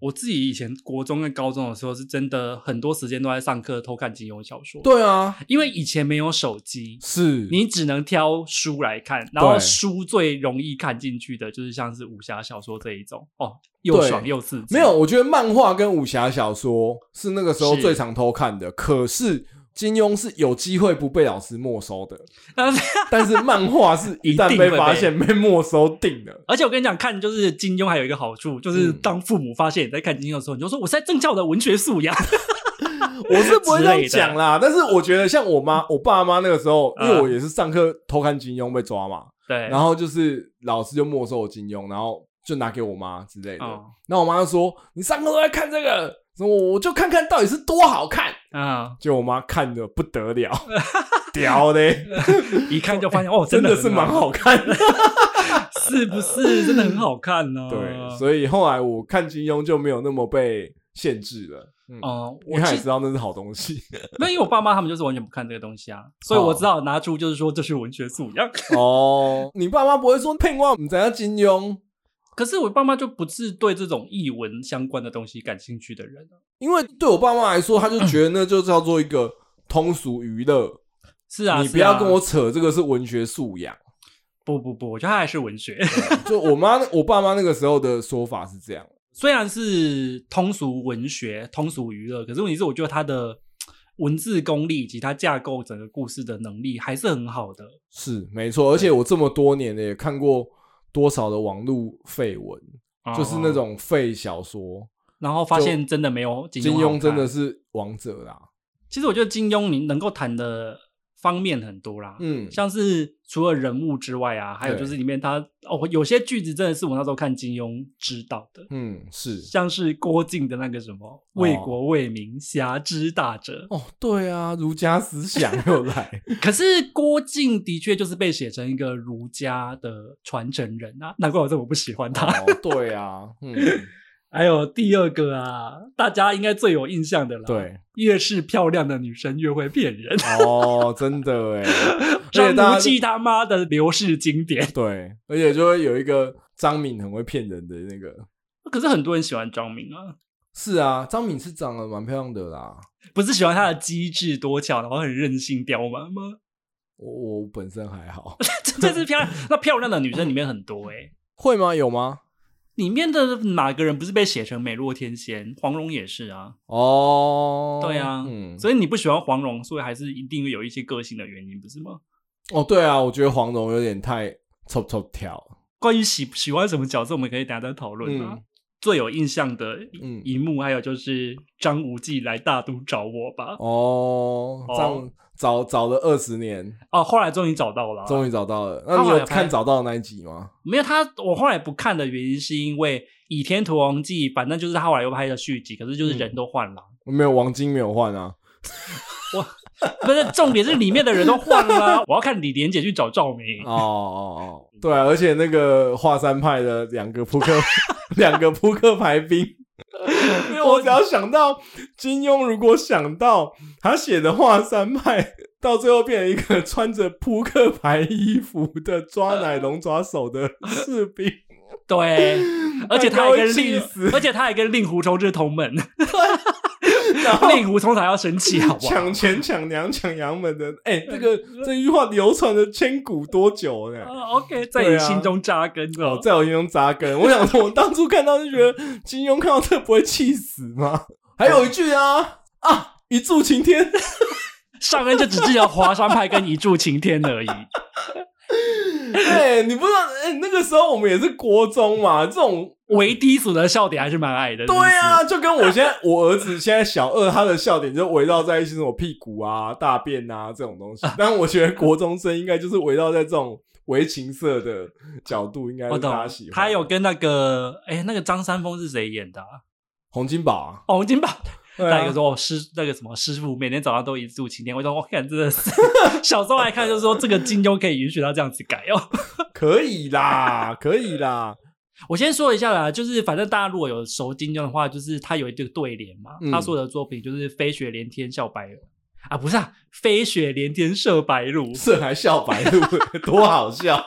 S1: 我自己以前国中跟高中的时候，是真的很多时间都在上课偷看金庸小说。，
S2: 对啊，
S1: 因为以前没有手机，
S2: 是
S1: 你只能挑书来看，然后
S2: 对
S1: 书最容易看进去的就是像是武侠小说这一种哦，又
S2: 对
S1: 爽又刺激。
S2: 没有，我觉得漫画跟武侠小说是那个时候
S1: 是
S2: 最常偷看的，可是金庸是有机会不被老师没收的，
S1: 但是，
S2: 但是漫画是啊 一
S1: 一
S2: 旦
S1: 定
S2: 被
S1: 会
S2: 发
S1: 被
S2: 现被没收定了。
S1: 而且我跟你讲，看就是金庸还有一个好处，就是
S2: 嗯
S1: 当父母发现你在看金庸的时候，你就说我是在增加我的文学素养。
S2: 我是不会这样讲啦，嗯但是我觉得像我妈、我爸妈那个时候，因为我也是上课偷看金庸被抓嘛，
S1: 对，
S2: 然后就是老师就没收我金庸，然后就拿给我妈之类的。
S1: 哦
S2: 然后我妈就说：“你上课都在看这个，我我就看看到底是多好看。
S1: 啊”，
S2: 结果我妈看的不得 了，屌嘞，
S1: 一看就发 现哦，
S2: 真
S1: 的
S2: 的是蛮好看的。
S1: 看，是不是？真的很好看呢、
S2: 对，所以后来我看金庸就没有那么被限制了。嗯，
S1: 嗯，
S2: 因
S1: 我
S2: 为他
S1: 其
S2: 也
S1: 实
S2: 知道那是好东 西
S1: 没有，因为我爸妈他们就是完全不看这个东西啊，所以
S2: 哦
S1: 我只好拿出就是说这是文学素养。
S2: 哦。你爸妈不会说骗我，你怎样金庸？
S1: 可是我爸妈就不是对这种译文相关的东西感兴趣的人啊，
S2: 因为对我爸妈来说，他就觉得那就叫做一个通俗娱乐，
S1: 是啊，
S2: 你
S1: 是
S2: 不要
S1: 啊
S2: 跟我扯这个是文学素养。
S1: 不不不，我觉得他还是文学，
S2: 就我妈、我爸妈那个时候的说法是 这样，
S1: 虽然是通俗文学、通俗娱乐，可是问题是，我觉得他的文字功力以及他架构整个故事的能力还是很好的。
S2: 是没错。而且我这么多年的也看过多少的网络绯闻，哦就是那，种废小说。
S1: 哦然后发现真的没有金
S2: 金
S1: 庸好
S2: 庸
S1: 看
S2: 真的。是王者啦，
S1: 其实我觉得金庸你能够谈的方面很多啦，
S2: 嗯，
S1: 像是除了人物之外啊，还有就是里面他哦，有些句子真的是我那时候看金庸知道的，
S2: 嗯是
S1: 像是郭靖的那个什么“为国为民，侠之大者”，
S2: 哦，对啊，儒家思想 又来，
S1: 可是郭靖的确就是被写成一个儒家的传承人啊，难怪我这么不喜欢他。
S2: 哦，对啊，嗯，
S1: 还有第二个啊，大家应该最有印象的啦，，
S2: 对，
S1: 越是漂亮的女生越会骗人，
S2: 哦，真 的哎，
S1: 张
S2: 且大家
S1: 无忌他妈的流逝经典。
S2: 对，而且就会有一个张敏很会骗人的那个。
S1: 可是很多人喜欢张敏啊，
S2: 是啊，张敏是长得蛮漂亮的啦。
S1: 不是喜欢她的机智多巧，然后很任性刁蛮吗？
S2: 我我本身还好，
S1: 这这是漂亮，那漂亮的女生里面很多哎、
S2: 会吗？有吗？
S1: 里面的哪个人不是被写成美若天仙？黄蓉也是啊，
S2: 哦，
S1: 对啊，
S2: 嗯，
S1: 所以你不喜欢黄蓉，所以还是一定有一些个性的原因，不是吗？
S2: 哦，对啊，我觉得黄蓉有点太抽抽跳，
S1: 关于喜喜欢什么角色，我们可以等一下再讨论啊。
S2: 嗯
S1: 最有印象的一
S2: 嗯
S1: 一幕，还有就是张无忌来大都找我吧。哦
S2: 哦，
S1: 哦
S2: 这样找找了二十年，
S1: 后来终于找到了啊、
S2: 终于找到了。那
S1: 他
S2: 你
S1: 后来
S2: 有
S1: 拍
S2: 看找到的那一集吗？
S1: 没有他，我后来不看的原因是因为《倚天屠龙记》，反正就是他后来又拍了续集，可是就是
S2: 嗯
S1: 人都换了，
S2: 没有，王晶没有换啊。
S1: 不是重点是里面的人都换 了啊。我要看李连杰去找赵敏，
S2: 哦哦哦，
S1: 嗯
S2: 对啊，而且那个华山派的两个 扑克，两个扑克牌兵，因为我只要想到金庸，如果想到他写的华山派，到最后变成一个穿着扑克牌衣服的抓奶龙爪手的士兵，
S1: 对，而且他还跟
S2: 气
S1: 令
S2: 死，
S1: 而且他还跟令狐冲是同门，
S2: 然后
S1: 令狐冲才要生气，好不好？
S2: 抢钱抢娘抢杨门的，哎、这个这句话流传了千古多久呢？
S1: 啊 OK，在
S2: 对
S1: 你
S2: 啊
S1: 心中扎根
S2: 哦
S1: 哦，。
S2: 在我心中扎根。我想说，我当初看到就觉得金庸看到这不会气死吗？还有一句啊啊，一柱擎天，
S1: 上恩就只记得华山派跟一柱擎天而已。
S2: 哎、你不知道，哎、那个时候我们也是国中嘛，这种
S1: 唯低俗的笑点还是蛮矮的。
S2: 对啊，就跟我现在我儿子现在小二，他的笑点就围绕在一些什么屁股啊、大便啊这种东 西。但我觉得国中生应该就是围绕在这种为情色的角度，应该
S1: 是不是，
S2: 是
S1: 我
S2: 大家
S1: 懂
S2: 喜。欢。
S1: 他有跟那个哎、那个张三丰是谁演的、啊？
S2: 洪金宝啊，
S1: 哦，我已经把
S2: 对
S1: 那
S2: 啊
S1: 个说我哦师那个什么师傅每天早上都一柱擎天，我说我看真的 是小时候来看就是说这个金庸可以允许他这样子改哦。
S2: 可以 啦，可以啦，
S1: 我先说一下啦，就是反正大家如果有熟金庸的话，就是他有一个对联嘛，
S2: 嗯
S1: 他所有的作品就是飞雪连天笑白鹿啊，不是啊，飞雪连天射白 鹿，
S2: 这还笑白鹿，多好笑！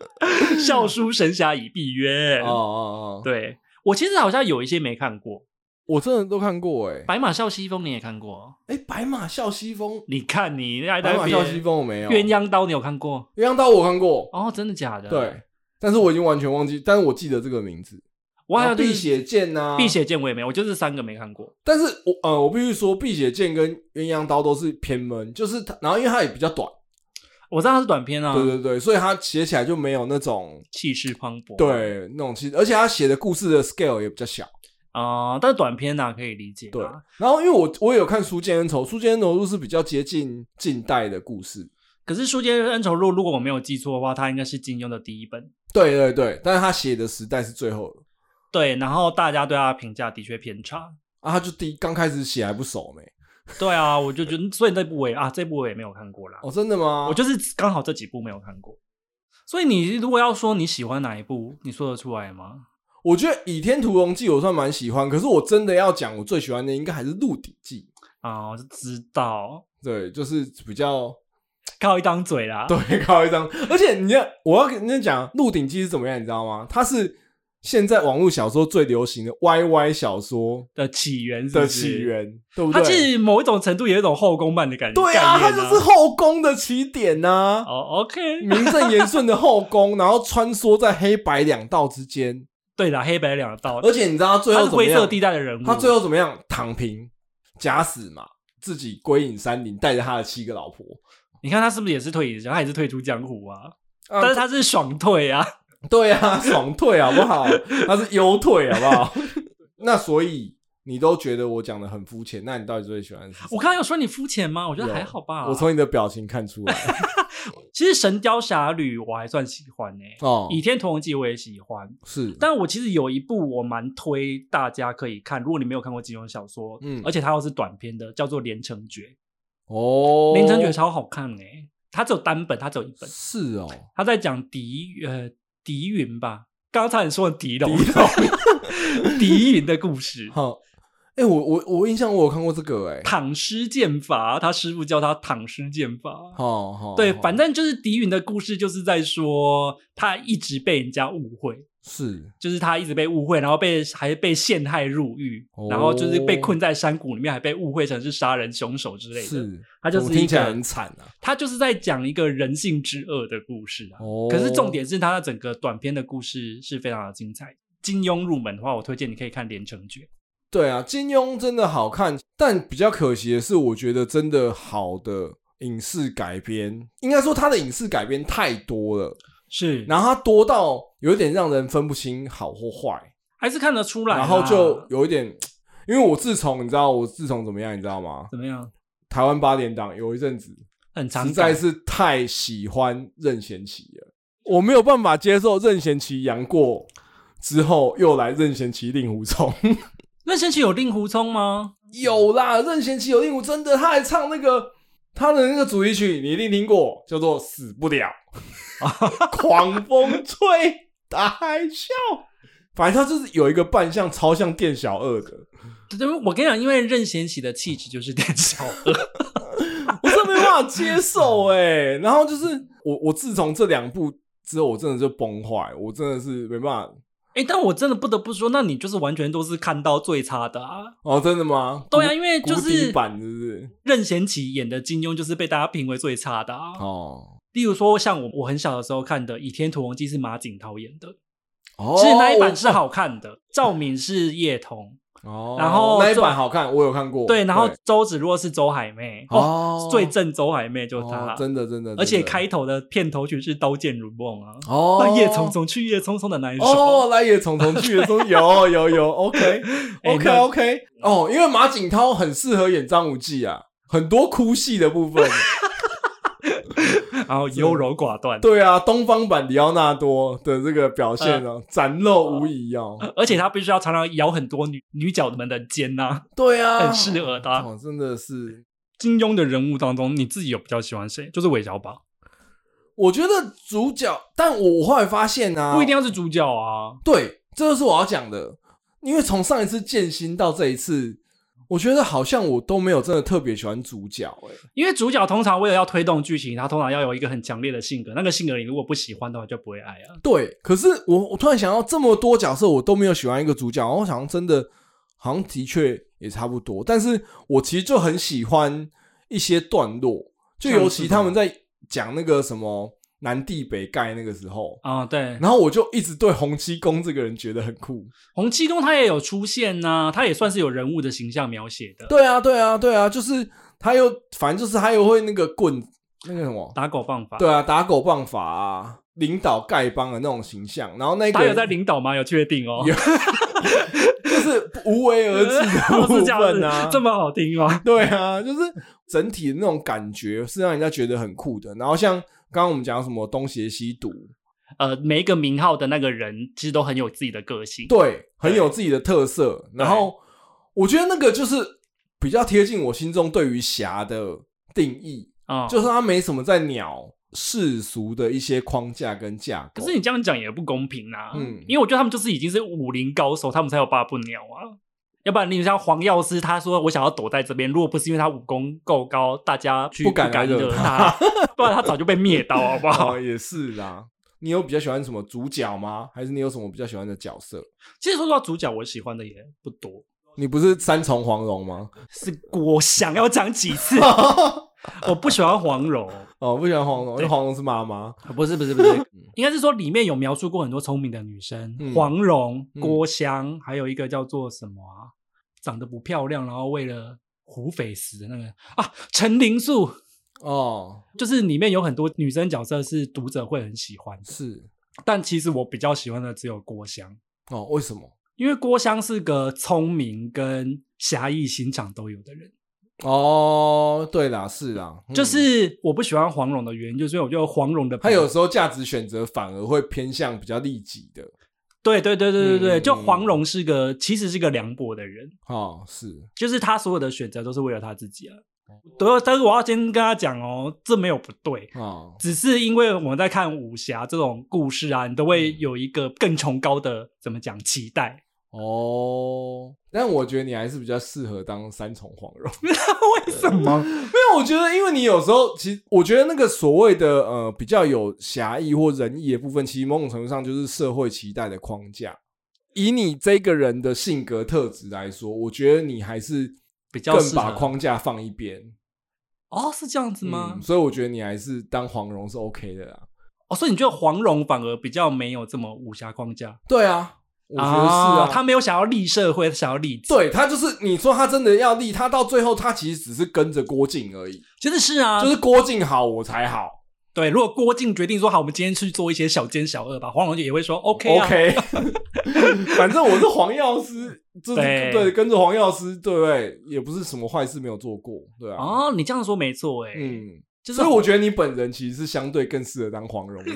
S1: 笑书神侠倚碧鸳。
S2: 哦哦哦，
S1: 对我其实好像有一些没看过，
S2: 我真的都看过哎、
S1: 《白马啸西风》你也看过？哦
S2: 哎、白马啸西风，
S1: 你看你那
S2: 白马啸西风我没有，
S1: 鸳鸯刀你有看过？
S2: 鸳鸯刀我看过，
S1: 哦，真的假的？
S2: 对，，但是我已经完全忘记，但是我记得这个名字。
S1: 我好像
S2: 然后
S1: 就是
S2: 碧血剑呐、
S1: 碧，血剑我也没有，我就是三个没看过。
S2: 但是我呃，我必须说碧血剑跟鸳鸯刀都是偏闷，就是它，然后因为它也比较短，
S1: 我知道它是短片啊，
S2: 对对对，所以它写起来就没有那种
S1: 气势磅礴。
S2: 对那种气，而且它写的故事的 scale 也比较小。
S1: 啊、但是短片呢、可以理解。啊
S2: 对，然后因为我我也有看《书剑恩仇》，《书剑恩仇录》是比较接近近代的故事，
S1: 可是《书剑恩仇录》如果我没有记错的话，它应该是金庸的第一本。
S2: 对对对，但是他写的时代是最后的
S1: 对，然后大家对它的评价的确偏差。
S2: 啊，他就第一刚开始写还不熟没？
S1: 对啊，我就觉得，所以那部我也啊，这部我也没有看过啦。
S2: 哦，真的吗？
S1: 我就是刚好这几部没有看过。所以你如果要说你喜欢哪一部，你说得出来吗？
S2: 我觉得《倚天屠龙记》我算蛮喜欢，可是我真的要讲我最喜欢的应该还是《鹿鼎记
S1: 啊、我就知道，》，
S2: 对，就是比较
S1: 靠一张嘴啦。
S2: 对 高一张，而且你要我要跟你讲《鹿鼎记》是怎么样，你知道吗？它是现在网络小说最流行的 YY 小说
S1: 的起源是不
S2: 的
S1: 是
S2: 起，源，对不
S1: 它
S2: 对？
S1: 其实某一种程度有一种后宫漫的感觉。
S2: 对啊，
S1: 概
S2: 它
S1: 念
S2: 就是后宫的起点呐、
S1: 哦，OK，
S2: 名正言顺的后宫，然后穿梭在黑白两道之间。
S1: 对啦，黑白两道，
S2: 而且你知道他最
S1: 他
S2: 后
S1: 是
S2: 怎么
S1: 灰
S2: 样？
S1: 色地带的人物，
S2: 他最后怎么样？躺平，假死嘛，自己归隐山林，带着他的七个老婆。
S1: 你看他是不是也是退隐，他也是退出江湖啊？
S2: 啊
S1: 但是他是爽退啊，
S2: 对啊，爽退好不 好？他是优退好不好？那所以你都觉得我讲的很肤浅，那你到底最喜欢的是什么
S1: 我啊刚刚有说你肤浅吗？我觉得
S2: 有
S1: 还好吧。
S2: 哦我从你的表情看出来
S1: 其实《神雕侠侣》我还算喜欢呢、
S2: 哦，嗯
S1: 倚天屠龙记》我也喜欢，
S2: 是
S1: 但我其实有一部我蛮推大家可以看，如果你没有看过金庸小说，
S2: 嗯
S1: 而且它又是短篇的，叫做《连城诀》，
S2: 哦，
S1: 连城诀》超好看哎、它只有单本，它只有一本，
S2: 是哦，
S1: 他在讲狄呃狄云吧，刚才你说的狄龙， 狄云的故事，
S2: 好，哎、我我我印象我有看过这个哎、
S1: 躺尸剑法，他师傅叫他躺尸剑法。
S2: 好好
S1: 对，
S2: 好
S1: 反正就是狄云的故事，就是在说他一直被人家误会，
S2: 是
S1: 就是他一直被误会，然后被还被陷害入狱，
S2: 哦
S1: 然后就是被困在山谷里面，还被误会成是杀人凶手之类的。
S2: 是，
S1: 他就
S2: 怎
S1: 是
S2: 么
S1: 一
S2: 听起来
S1: 个
S2: 很惨啊。
S1: 他就是在讲一个人性之恶的故事啊。
S2: 哦
S1: 可是重点是他的整个短篇的故事是非常的精彩的金庸入门的话，我推荐你可以看《连城诀》。
S2: 对啊，金庸真的好看，但比较可惜的是，我觉得真的好的影视改编，应该说它的影视改编太多了，
S1: 是，
S2: 然后它多到有点让人分不清好或坏，
S1: 还是看得出来啊啦。
S2: 然后就有一点，因为我自从你知道我自从怎么样，你知道吗？
S1: 怎么样？
S2: 台湾八点档有一阵子
S1: 很常
S2: 实在
S1: 改
S2: 是太喜欢任贤齐了，我没有办法接受任贤齐杨过之后又来任贤齐令狐冲。
S1: 任贤齐有令狐冲吗？
S2: 有啦，任贤齐有令狐真的，他还唱那个他的那个主题曲，你一定听过，叫做《死不 了》，狂风吹，大海啸。反正他就是有一个扮相超像店小二的，
S1: 对我跟你讲，因为任贤齐的气质就是点小 二，
S2: 我真的没办法接受哎、 然后就是我，我自从这两部之后，我真的就崩坏，我真的是没办法。
S1: 哎、但我真的不得不说，那你就是完全都是看到最差的啊！
S2: 哦，真的吗？
S1: 对啊，
S2: 古
S1: 因为就
S2: 谷底
S1: 是
S2: 版是不是？
S1: 任贤齐演的金庸，就是被大家评为最差的啊。
S2: 哦
S1: 例如说，像我我很小的时候看的《倚天屠龙记》是马景涛演的，
S2: 哦
S1: 是那一版是好看的，赵敏是叶童，
S2: 哦，
S1: 然后
S2: 那一
S1: 这
S2: 版好看，我有看过。
S1: 对，然后周芷若是周海媚，
S2: 哦
S1: 最正周海媚就是
S2: 哦
S1: 她，
S2: 真的真的，
S1: 而且
S2: 真的
S1: 开头的片头曲是《刀剑如梦》啊，
S2: 哦
S1: 那夜匆匆去夜匆匆的那一首，
S2: 哦，来也匆匆去也 匆，有有有，OK
S1: 哎
S2: OK
S1: 那
S2: OK，哦，因为马景涛很适合演张无忌啊，很多哭戏的部分，
S1: 然后优柔寡断，
S2: 对啊，东方版里奥纳多的这个表
S1: 嗯
S2: 现啊，展露无遗哦，
S1: 而且他必须要常常咬很多女女角们的肩呐、
S2: 对啊，
S1: 很适合他。
S2: 哦，真的是，
S1: 金庸的人物当中，你自己有比较喜欢谁？就是韦小宝，
S2: 我觉得主角，但我我后来发现啊，
S1: 不一定要是主角啊。
S2: 对，这就是我要讲的。因为从上一次剑心到这一次，我觉得好像我都没有真的特别喜欢主角、欸，
S1: 因为主角通常为了要推动剧情，他通常要有一个很强烈的性格，那个性格你如果不喜欢的话，就不会爱啊。
S2: 对，可是我我突然想到，这么多角色我都没有喜欢一个主角，然后想真的好像的确也差不多，但是我其实就很喜欢一些段落，就尤其他们在讲那个什么南帝北丐那个时候，
S1: 啊、对，
S2: 然后我就一直对洪七公这个人觉得很酷。
S1: 洪七公他也有出现呐、他也算是有人物的形象描写的。，
S2: 对啊，对啊，对啊，就是他又反正就是他又会那个棍那个什么，
S1: 打狗棒法。
S2: 对啊，打狗棒法啊，领导丐帮的那种形象，然后那个
S1: 他有
S2: 人
S1: 在领导吗？有确定哦。
S2: 有就是无为 而治的部
S1: 哦是这样
S2: 分
S1: 子
S2: 啊，
S1: 这么好听哦吗？
S2: 对啊，就是整体的那种感觉是让人家觉得很酷的。然后像刚刚我们讲什么东邪西毒，
S1: 呃，每一个名号的那个人其实都很有自己的个性。
S2: 对，很有自己的特色。然后我觉得那个就是比较贴近我心中对于侠的定义，
S1: 啊、
S2: 就是他没什么在鸟世俗的一些框架跟架构。
S1: 可是你这样讲也不公平啊，
S2: 嗯
S1: 因为我觉得他们就是已经是武林高手，他们才有八不鸟啊。要不然，你像黄药师，他说我想要躲在这边，如果不是因为他武功够高，大家去
S2: 不敢
S1: 敢
S2: 来惹
S1: 惹他， 不然他早就被 灭刀，好不好
S2: 哦，？也是啦。你有比较喜欢什么主角吗？还是你有什么比较喜欢的角色？
S1: 其实说到主角，我喜欢的也不多，
S2: 你不是三重黄蓉吗？
S1: 是我想要讲几 次，我不喜欢黄蓉，
S2: 哦，不喜欢黄蓉，因为黄蓉是妈妈。
S1: 不是不是不 是，应该是说里面有描述过很多聪明的女生，
S2: 嗯
S1: 黄蓉、
S2: 嗯
S1: 郭襄，还有一个叫做什么啊，长得不漂亮，然后为了胡斐死的那个啊，陈灵素，
S2: 哦，
S1: 就是里面有很多女生角色是读者会很喜欢的，
S2: 是
S1: 但其实我比较喜欢的只有郭襄，
S2: 哦，为什么？
S1: 因为郭襄是个聪明跟侠义心肠都有的人，
S2: 哦，对啦，是啦，嗯
S1: 就是我不喜欢黄蓉的原因，就是因为我觉得黄蓉的
S2: 他有时候价值选择反而会偏向比较利己的。
S1: 对对对对对对，
S2: 嗯
S1: 就黄蓉是个其实是个凉薄的人。
S2: 哦，是
S1: 就是他所有的选择都是为了他自己啊。对，但是我要先跟他讲哦，这没有不对，
S2: 哦，
S1: 只是因为我们在看武侠这种故事啊，你都会
S2: 嗯
S1: 有一个更崇高的怎么讲期待。
S2: 哦，但我觉得你还是比较适合当三重黄蓉。
S1: 为什么？
S2: 没有，我觉得因为你有时候其实，我觉得那个所谓的呃比较有侠义或仁义的部分，其实某种程度上就是社会期待的框架。以你这个人的性格特质来说，我觉得你还是
S1: 比较
S2: 更
S1: 适
S2: 把
S1: 合
S2: 框架放一边。
S1: 哦，是这样子吗？
S2: 嗯所以我觉得你还是当黄蓉是 OK 的啦。
S1: 哦，所以你觉得黄蓉反而比较没有这么武侠框架？
S2: 对啊，我觉得是啊，
S1: 他没有想要立社会，他想要立己，
S2: 对他就是你说他真的要立，他到最后他其实只是跟着郭靖而已，
S1: 真的是啊，
S2: 就是郭靖好我才好。
S1: 对。如果郭靖决定说好，我们今天去做一些小奸小恶吧，黄蓉也会说 OK 啊
S2: OK，反正我是黄药师，就是
S1: 对
S2: 对，跟着黄药师，对不对？也不是什么坏事没有做过，对啊。
S1: 哦，你这样说没错哎、
S2: 嗯，
S1: 就是
S2: 所以我觉得你本人其实是相对更适合当黄 蓉的，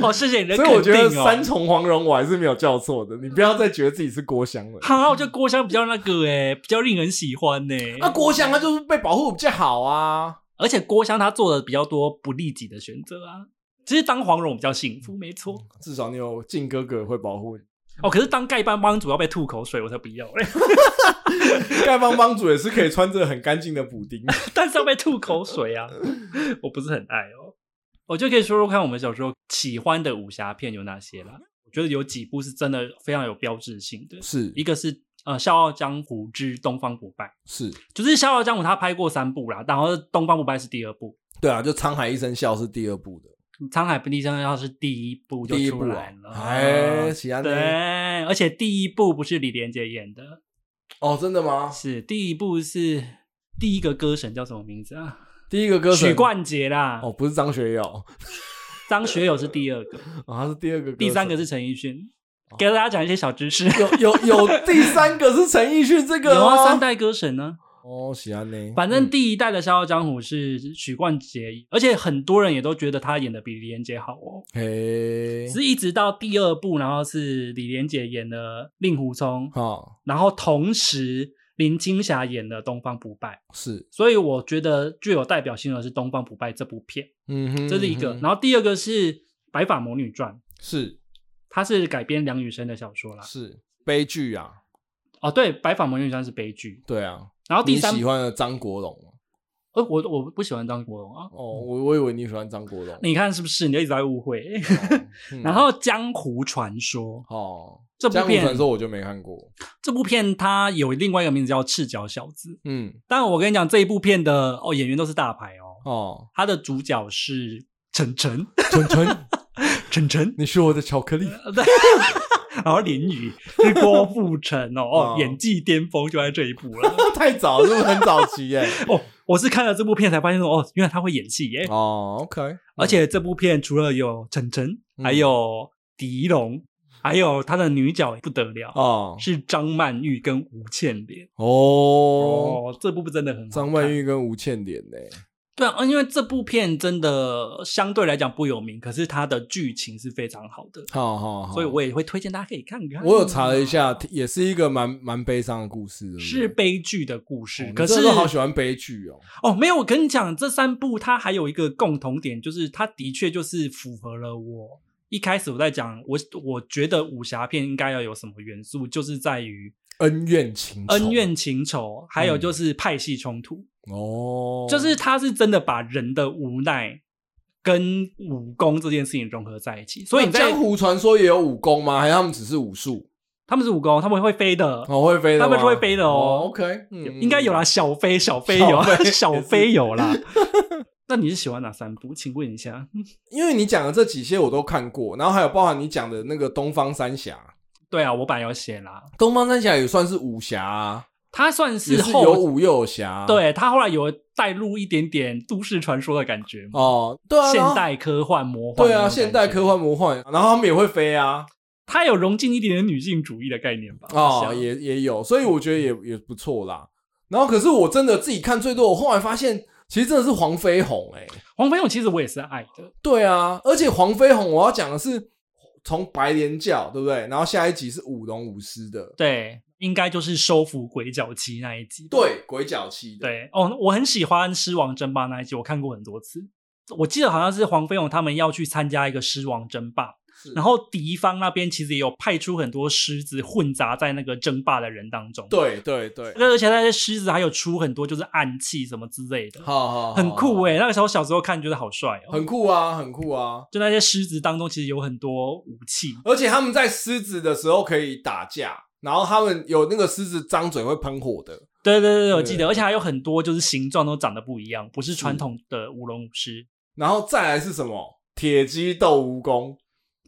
S1: 哦，谢谢你的肯
S2: 所
S1: 定
S2: 以
S1: 哦。
S2: 我觉得三重黄蓉我还是没有叫错的。你不要再觉得自己是郭襄了。
S1: 哈，我觉得郭襄比较那个哎、比较令人喜欢呢、
S2: 那啊郭襄他就是被保护比较好啊。
S1: 而且郭襄他做的比较多不利己的选择啊。其实当黄蓉比较幸福，没错
S2: 至少你有靖哥哥会保护你，
S1: 哦。可是当丐帮帮主要被吐口水，我才不要嘞。
S2: 丐帮帮主也是可以穿着很干净的补 丁。
S1: 但是要被吐口水啊，我不是很爱哦。我就可以说说看我们小时候喜欢的武侠片有哪些啦。我觉得有几部是真的非常有标志性的，
S2: 是
S1: 一个是呃《笑傲江湖之东方不败
S2: 是，》，
S1: 就是《笑傲江湖》他拍过三部啦，然后《东方不败》是第二部，
S2: 对啊，就沧海一声笑是第二部的
S1: 《沧海一声笑》是第一部就
S2: 第一
S1: 出
S2: 部
S1: 来
S2: 啊
S1: 了，。嗯
S2: 哎，喜安呢？
S1: 对，而且第一部不是李连杰演的，
S2: 哦，真的吗？
S1: 是第一部是第一个歌神叫什么名字啊？
S2: 第一个歌手
S1: 许冠杰啦，
S2: 哦，不是张学友，哦
S1: 张学友是第二个，
S2: 他是第二个歌手，
S1: 第三个是陈奕迅。
S2: 哦
S1: 给大家讲一些小知识，有
S2: 有有第三个是陈奕迅这个哦
S1: 有啊，
S2: 吗
S1: 三代歌神呢、
S2: 哦，喜安呢？
S1: 反正第一代的《笑傲江湖》是许冠杰，而且很多人也都觉得他演的比李连杰好哦。
S2: 嘿，
S1: 是一直到第二部，然后是李连杰演了令狐冲，
S2: 好
S1: 然后同时林青霞演了东方不败。
S2: 是，
S1: 所以我觉得最有代表性的是《东方不败》这部片，
S2: 嗯哼，
S1: 这是一个。
S2: 嗯哼
S1: 然后第二个是《白发魔女传》，
S2: 是
S1: 它是改编梁羽生的小说啦。
S2: 是悲剧啊，
S1: 哦，对，《白发魔女传》是悲剧。
S2: 对啊。
S1: 然后第
S2: 你
S1: 三，
S2: 喜欢的张国荣吗？
S1: 呃，我我不喜欢张国荣啊。
S2: 哦，我我以为你喜欢张国荣。嗯
S1: 你看是不是？你就一直在误会。
S2: 哦 嗯
S1: 然后《江湖传说》
S2: 哦，
S1: 这部
S2: 江湖
S1: 片
S2: 传说我就没看过。
S1: 这部片，它有另外一个名字叫《赤脚小子》。
S2: 嗯，
S1: 但我跟你讲，这一部片的哦演员都是大牌哦，
S2: 哦，
S1: 它的主角是晨晨，
S2: 晨晨，
S1: 晨晨，
S2: 你是我的巧克力。
S1: 对，然后淋雨是郭富城 哦，哦
S2: 哦，
S1: 演技巅峰就在这一部 了。
S2: 太早，是不是很早期耶？
S1: 哦，我是看了这部片才发现说，哦，原来他会演戏耶。
S2: 哦，OK，
S1: 而且这部片除了有晨晨，
S2: 嗯
S1: 还有狄龙，还有他的女角不得了，
S2: 哦
S1: 是张曼玉跟吴倩莲。
S2: 哦，
S1: 哦，这部真的很好看
S2: 张曼玉跟吴倩莲呢？
S1: 对啊，因为这部片真的相对来讲不有名，可是它的剧情是非常好的，
S2: 好好好，
S1: 所以我也会推荐大家可以看看。
S2: 哦我有查了一下，也是一个蛮蛮悲伤的故事，对不
S1: 嗯
S2: 对
S1: 是悲剧的故事，
S2: 哦你
S1: 可是
S2: 真的好喜欢悲剧哦。
S1: 哦，没有，我跟你讲，这三部它还有一个共同点，就是它的确就是符合了我一开始我在讲，我我觉得武侠片应该要有什么元素，就是在于
S2: 恩怨情仇
S1: 恩怨情仇，还有就是派系冲突，
S2: 嗯哦，
S1: 就是它是真的把人的无奈跟武功这件事情融合在一起，所以你
S2: 那
S1: 在
S2: 江湖传说也有武功吗？还是他们只是武术？
S1: 他们是武功，他们会飞的。
S2: 哦，会飞的吗，
S1: 他们是会飞的哦
S2: OK，嗯
S1: 应该有啦，。小飞小飞有啊，小飞有啦。 那你是喜欢哪三部？请问一下。
S2: 因为你讲的这几些我都看过，然后还有包含你讲的那个东方三侠，
S1: 对啊，我本来有写啦，
S2: 东方三侠也算是武侠、啊，
S1: 他算
S2: 也
S1: 是
S2: 是
S1: 后
S2: 有武又有侠、啊。
S1: 对他后来有带入一点点都市传说的感觉嘛，
S2: 哦，对啊，然
S1: 现
S2: 后
S1: 代科幻魔幻。
S2: 对啊，现代科，幻魔幻，然后他们也会飞啊，
S1: 它有融进一点点女性主义的概念吧？好
S2: 哦，
S1: 像
S2: 也也有，所以我觉得也也不错啦。然后可是我真的自己看最多，我后来发现其实真的是黄飞鸿哎、
S1: 黄飞鸿其实我也是爱的，
S2: 对啊，而且黄飞鸿我要讲的是从白莲教对不对？然后下一集是舞龙舞狮的，
S1: 对，应该就是收服鬼脚七那一集。
S2: 对，鬼脚七的，
S1: 对哦，我很喜欢《狮王争霸》那一集，我看过很多次。我记得好像是黄飞鸿他们要去参加一个狮王争霸，
S2: 是
S1: 然后敌方那边其实也有派出很多狮子混杂在那个争霸的人当中。
S2: 对对对，
S1: 而且那些狮子还有出很多就是暗器什么之类的，
S2: 好好好，
S1: 很酷
S2: 哎、
S1: 哎、那个时候小时候看觉得好帅哦、
S2: 哦很酷啊，很酷啊！
S1: 就那些狮子当中，其实有很多武器，
S2: 而且他们在狮子的时候可以打架，然后他们有那个狮子张嘴会喷火的，
S1: 对对对对，我
S2: 对
S1: 记得，而且还有很多就是形状都长得不一样，不是传统的舞龙舞狮。
S2: 然后再来是什么？铁鸡斗蜈蚣，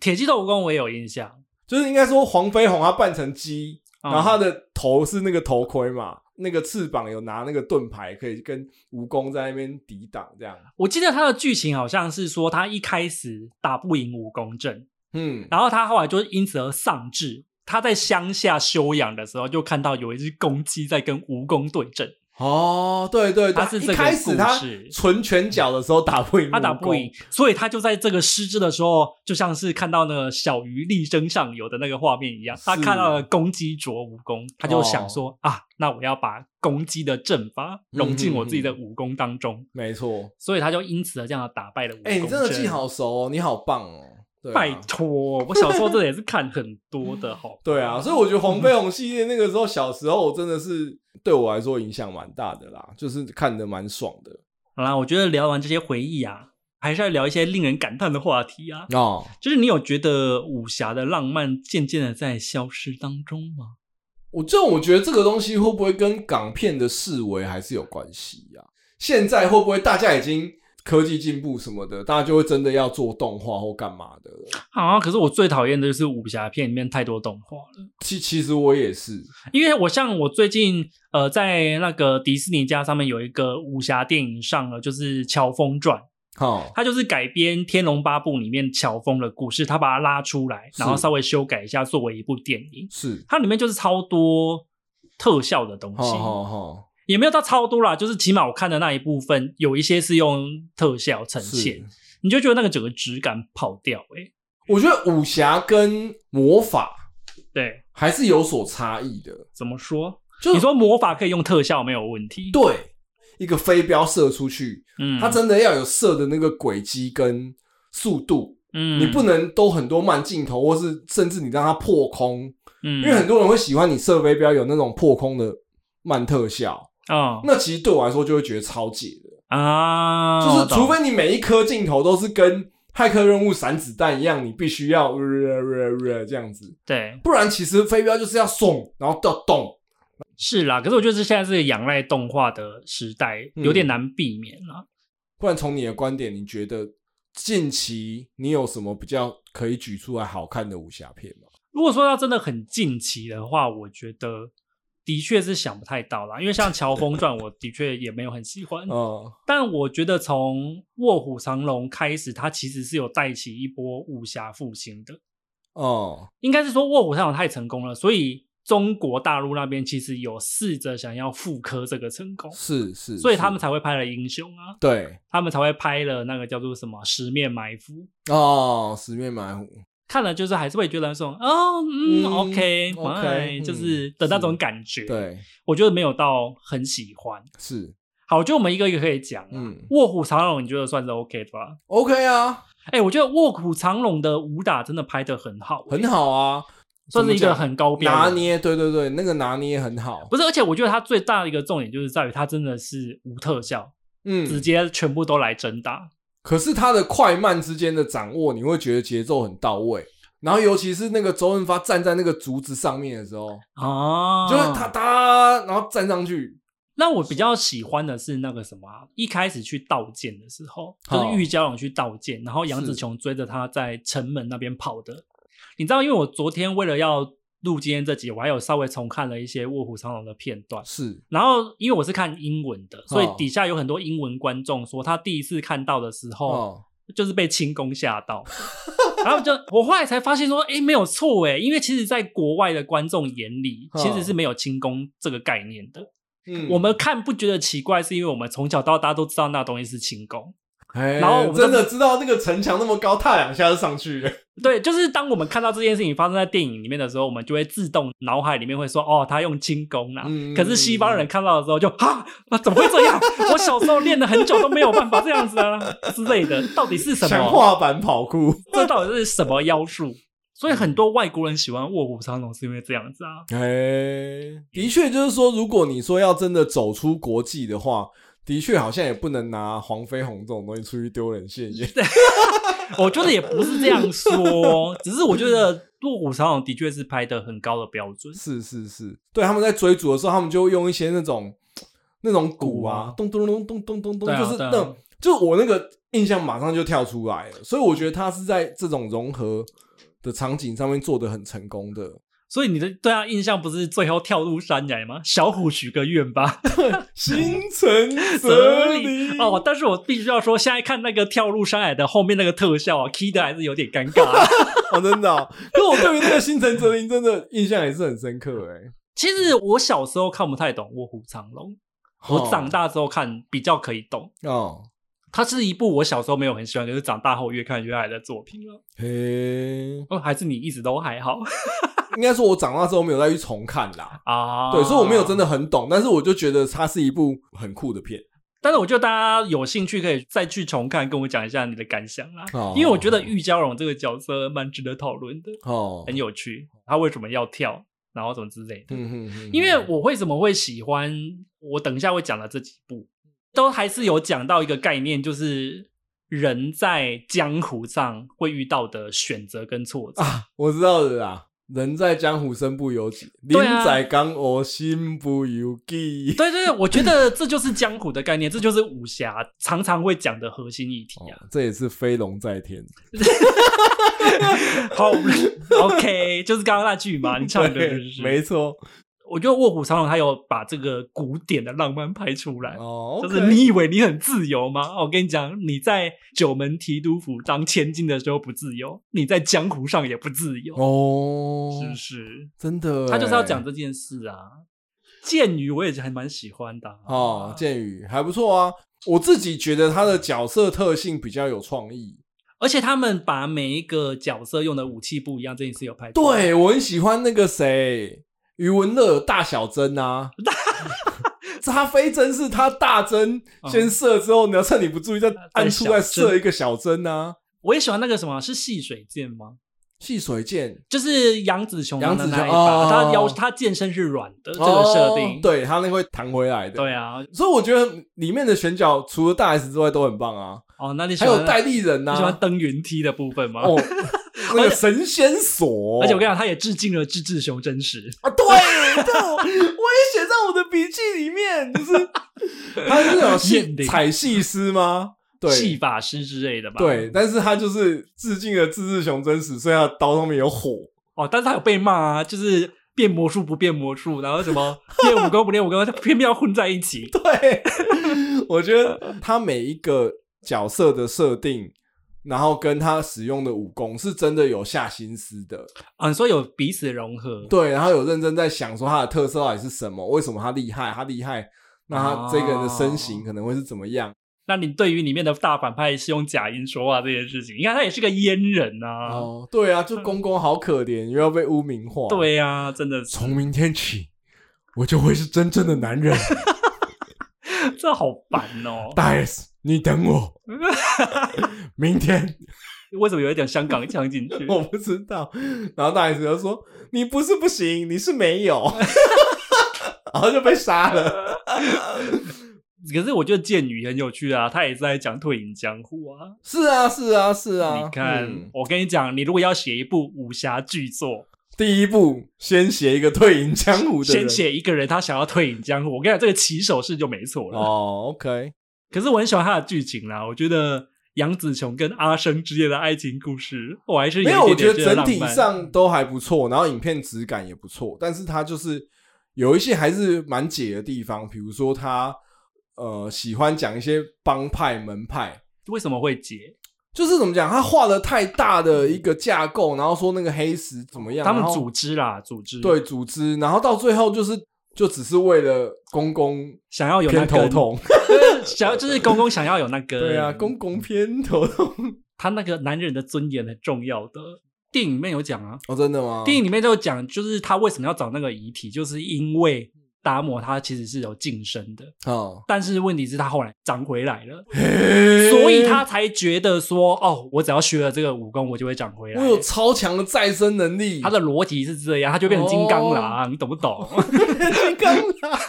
S1: 铁骑斗蜈蚣我也有印象，
S2: 就是应该说黄飞鸿他扮成鸡，
S1: 嗯
S2: 然后他的头是那个头盔嘛，那个翅膀有拿那个盾牌，可以跟蜈蚣在那边抵挡这样。
S1: 我记得他的剧情好像是说，他一开始打不赢武功阵，
S2: 嗯，
S1: 然后他后来就是因此而丧志。他在乡下休养的时候，就看到有一只公鸡在跟蜈蚣对阵，
S2: 哦，对对对，
S1: 他是这
S2: 一
S1: 个
S2: 开始他
S1: 故事
S2: 纯拳脚的时候打不赢，
S1: 他打不赢。，所以他就在这个失之的时候，就像是看到那个小鱼力争上游的那个画面一样，他
S2: 是哦
S1: 看到了公鸡啄蜈蚣，他就想说、啊，那我要把公鸡的阵法融进我自
S2: 嗯
S1: 己的武功当中，
S2: 没错。
S1: 所以他就因此而这样打败了蜈蚣。
S2: 哎、你真的记，好熟、哦，你好棒哦！对、啊，
S1: 拜托，我小时候真的也是看很多的，好吧，
S2: 对啊，所以我觉得黄飞鸿系列那个时候小时候真的是对我来说影响蛮大的啦，就是看的蛮爽的
S1: 好啦，我觉得聊完这些回忆啊，还是要聊一些令人感叹的话题啊。
S2: 哦。
S1: 就是你有觉得武侠的浪漫渐渐的在消失当中吗？
S2: 我这我觉得这个东西会不会跟港片的视维还是有关系呀、现在会不会大家已经科技进步什么的，大家就会真的要做动画或干嘛的了？
S1: 啊，可是我最讨厌的就是武侠片里面太多动画了，
S2: 其其实我也是，
S1: 因为我像我最近呃在那个迪士尼家上面有一个武侠电影上了，就是《乔峰传》，
S2: 哈，
S1: 它就是改编《天龙八部》里面乔峰的故事，它把它拉出来，
S2: 是
S1: 然后稍微修改一下作为一部电影，
S2: 是，
S1: 它里面就是超多特效的东
S2: 哈
S1: 西。
S2: 哈哈，
S1: 也没有到超多啦，就是起码我看的那一部分有一些是用特效呈
S2: 是
S1: 现，。你就觉得那个整个质感跑掉、欸，
S2: 我觉得武侠跟魔法
S1: 对，
S2: 还是有所差异的，
S1: 怎么说？
S2: 就
S1: 你说魔法可以用特效没有问题，
S2: 对一个飞镖射出去，
S1: 嗯，
S2: 它真的要有射的那个轨迹跟速度，
S1: 嗯，
S2: 你不能都很多慢镜头，或是甚至你让它破空，
S1: 嗯，
S2: 因为很多人会喜欢你射飞镖有那种破空的慢特效，
S1: 哦
S2: 那其实对我来说就会觉得超解的，
S1: 啊，
S2: 就
S1: 我
S2: 是
S1: 懂
S2: 除非你每一颗镜头都是跟骇客任务闪子弹一样，你必须要呃这样子，
S1: 对
S2: 不然其实飞镖就是要送，然后到动，
S1: 是啦，可是我觉得这现在是仰赖动画的时代，
S2: 嗯
S1: 有点难避免啦。
S2: 不然从你的观点，你觉得近期你有什么比较可以举出来好看的武侠片吗？
S1: 如果说要真的很近期的话，我觉得的确是想不太到啦，因为像《乔峰传》，我的确也没有很喜欢，
S2: 嗯，
S1: 但我觉得从《卧虎藏龙》开始，它其实是有带起一波武侠复兴的。
S2: 哦，
S1: 应该是说《卧虎藏龙》太成功了，所以中国大陆那边其实有试着想要复刻这个成功，
S2: 是是，
S1: 所以他们
S2: 才
S1: 才会拍了《英雄》啊，
S2: 对
S1: 他们才会拍了那个叫做什么《十面埋伏》。
S2: 哦，十面埋伏，
S1: 看了就是还是会觉得说，哦，嗯
S2: 嗯
S1: o k
S2: OK，
S1: fine，
S2: 嗯
S1: 就是的那种
S2: 是
S1: 感觉。，
S2: 对，
S1: 我觉得没有到很喜欢。
S2: 是
S1: 好，就我们一个一个可以讲、啊。
S2: 嗯
S1: 卧虎藏龙》你觉得算是 OK 的吧？
S2: OK 啊，
S1: 哎、我觉得《卧虎藏龙》的武打真的拍得很好、
S2: 很好啊，
S1: 算是一
S2: 怎么
S1: 个
S2: 讲
S1: 很高标
S2: 拿
S1: 的。
S2: 捏，对对对，那个拿捏很好，
S1: 不是，而且我觉得它最大的一个重点就是在于它真的是无特效，直
S2: 嗯，
S1: 接全部都来真打。
S2: 可是他的快慢之间的掌握，你会觉得节奏很到位。然后，尤其是那个周润发站在那个竹子上面的时候，
S1: 哦，
S2: 就是他哒，然后站上去，
S1: 让我比较喜欢的是那个什么啊、一开始去道剑的时候，就
S2: 哦
S1: 是玉娇龙去道剑，然后杨紫
S2: 是
S1: 琼追着他在城门那边跑的。你知道，因为我昨天为了要录今天这集，我还有稍微重看了一些《卧虎藏龙》的片段。
S2: 是
S1: 然后因为我是看英文的，所以
S2: 哦
S1: 底下有很多英文观众说他第一次看到的时候，
S2: 哦，
S1: 就是被轻功吓到， 然后就我后来才发现说，哎，没有错哎，因为其实在国外的观众眼里，
S2: 哦
S1: 其实是没有轻功这个概念的。
S2: 嗯
S1: 我们看不觉得奇怪，是因为我们从小到大都知道那东西是轻功。
S2: 然
S1: 然后我们
S2: 真
S1: 都
S2: 的知道那个城墙那么高，踏两下就上去了。
S1: 对，就是当我们看到这件事情发生在电影里面的时候，我们就会自动脑海里面会说，哦，他用轻功啦、
S2: 嗯
S1: 可是西方人看到的时候就哈，那怎么会这样？我小时候练了很久都没有办法这样子啊之类的，到底 是什
S2: 强
S1: 么？
S2: 化版跑酷，
S1: 这到底是什么妖术？所以很多外国人喜欢卧虎藏龙是因为这样子啊。
S2: 哎、的确就是说，如果你说要真的走出国际的话，的确好像也不能拿黄飞鸿这种东西出去丢人现眼。
S1: 我觉得也不是这样说，只是我觉得卧虎藏龙的确是拍的很高的标准。
S2: 是是是，对，他们在追逐的时候，他们就会用一些那种那种鼓
S1: 鼓
S2: 啊
S1: 啊，
S2: 咚咚咚咚咚咚咚，
S1: 对啊
S2: 就是
S1: 对啊
S2: 那种，就我那个印象马上就跳出来了，所以我觉得他是在这种融合的场景上面做的很成功的。
S1: 所以你的对他印象不是最后跳入山崖吗？小虎许个愿 吧，
S2: 星辰
S1: 哲
S2: 则灵
S1: 哦，但是我必须要说，现在看那个跳入山崖的后面那个特效 啊，key 的还是有点尴尬。 啊
S2: 哦，真的、哦。可我对于那个星辰则灵真的印象也是很深刻哎、
S1: 其实我小时候看不太懂《卧虎藏龙》，我长大之后看比较可以懂。
S2: 哦，
S1: 它是一部我小时候没有很喜欢，可是长大后越看越爱的作品了。
S2: 嘿，
S1: 哦，还是你一直都还 好
S2: 应该说我长大之后没有再去重看啦。
S1: 啊？
S2: 对，所以我没有真
S1: 的。
S2: 的很懂，但是我就觉得它是一部很酷的片。
S1: 但是我觉得大家有兴趣可以再去重看，跟我讲一下你的感想啦。
S2: 哦
S1: 因为我觉得玉娇龙这个角色蛮值得讨论的，
S2: 哦，
S1: 很有趣。他为什么要跳，然后什么之类的。
S2: 嗯哼哼
S1: 因为我为什么会喜欢，我等一下会讲的这几部，都还是有讲到一个概念，就是人在江湖上会遇到的选择跟挫折。
S2: 啊，我知道了啦。人在江湖身不由己，林
S1: 对啊
S2: 在江湖心不由己。
S1: 对对对，我觉得这就是江湖的概念，这就是武侠常常会讲的核心议题啊。
S2: 哦，这也是飞龙在天。
S1: 好，OK，就是 刚刚那句嘛，你唱的就
S2: 对
S1: 是。
S2: 没错。
S1: 我觉得《卧虎藏龙》它有把这个古典的浪漫拍出来，
S2: 哦，
S1: 哎就是你以为你很自由吗？哦我跟你讲，你在九门提督府当千金的时候不自由，你在江湖上也不自由，
S2: 哦，
S1: 是不是？
S2: 真的欸，
S1: 他就是要讲这件事啊。剑鱼我也还蛮喜欢的啊
S2: 哦，剑宇还不错啊。我自己觉得他的角色特性比较有创意，
S1: 而且他们把每一个角色用的武器不一样，这件事有拍出来。
S2: 对我很喜欢那个谁，余文乐有大小针 啊，他非针是他大针
S1: 嗯呃
S2: 先射之后，你要趁你不注意再按出
S1: 小
S2: 来射
S1: 针
S2: 一个小针啊，
S1: 我也喜欢那个什么是细水剑吗？
S2: 细水剑
S1: 就是杨紫琼的
S2: 杨紫
S1: 那一
S2: 琼哦
S1: 把，她腰她剑身是软的，这个设定。
S2: 哦对他那个会弹回来的。
S1: 对啊，
S2: 所以我觉得里面的选角除了大 S 之外都很棒啊，
S1: 哦，那你喜
S2: 还
S1: 欢
S2: 有戴立人
S1: 你喜欢
S2: 呐、
S1: 登云梯的部分吗？
S2: 哦，那个神仙锁，
S1: 而且我跟你讲，他也致敬了志志雄真实。
S2: 啊，对，对，我我也写在我的笔记里面，就是 他是那种
S1: 认
S2: 戏
S1: 定
S2: 彩戏师吗？
S1: 戏
S2: 对，
S1: 法师之类的吧？
S2: 对，，但是他就是致敬了志志雄真实，所以他的刀上面有火，
S1: 哦，但是他有被骂啊，就是变魔术不变魔术，然后什么练武功不练武功，他 偏偏要混在一起。
S2: 对，我觉得他每一个角色的设定，然后跟他使用的武功是真的有下心思的，
S1: 啊，你说有彼此融合，
S2: 对，然后有认真在想说他的特色到底是什么，为什么他厉害，他厉害，那他这个人的身形可能会是怎么样？
S1: 那你对于里面的大反派是用假音说话这件事情，你看他也是个阉人啊。
S2: 哦，对啊，就公公好可怜，又要被污名化。，
S1: 对啊，真的是，
S2: 从明天起，我就会是真正的男 人。
S1: 这好烦哦。
S2: 大 S，你等 我，明天
S1: 为什么有一点香港腔进去？
S2: 我不知道。然后大 S 就说：“你不是不行，你是没有。” 然后就被杀了。
S1: 可是我觉得剑女很有趣啊，她也是在讲退隐江湖啊。
S2: 是啊，是啊，是啊。
S1: 你看，
S2: 嗯
S1: 我跟你讲，你如果要写一部武侠巨作，
S2: 第一步，先写一个退隐江湖的
S1: 先
S2: 人。
S1: 写一个人他想要退隐江湖，我跟你讲，这个起手式就没错了。
S2: 哦，OK，
S1: 可是我很喜欢他的剧情啊啦，我觉得杨紫琼跟阿生之间的爱情故事，我还是
S2: 没
S1: 有
S2: 有，
S1: 一
S2: 我觉
S1: 点点的
S2: 得整
S1: 浪
S2: 体
S1: 漫
S2: 上都还不错，然后影片质感也不错，但是它就是有一些还是蛮解的地方，比如说他呃喜欢讲一些帮派门派，
S1: 为什么会结？
S2: 就是怎么讲，他画的太大的一个架构，然后说那个黑石怎么样，
S1: 他们
S2: 然后
S1: 组织啦，组织
S2: 对组织，然后到最后就是就只是为了公公
S1: 想要有那
S2: 偏头
S1: 个，
S2: 痛，
S1: 就是 想要就是公公想要有那个，
S2: 对啊，公
S1: 嗯
S2: 公偏头痛，
S1: 他那个男人的尊严很重要的。电影里面有讲啊，
S2: 哦，真的吗？
S1: 电影里面就讲，就是他为什么要找那个遗体，就是因为达摩他其实是有晋升的，
S2: 哦，
S1: 但是问题是他后来长回来了，所
S2: 所
S1: 以他才觉得说，哦，我只要学了这个武功，我就会长回来
S2: 我。有超强的再生能
S1: 哎
S2: 力，
S1: 他的逻辑是这样，他就变成金刚
S2: 哦
S1: 狼，你懂不懂？
S2: 金刚狼。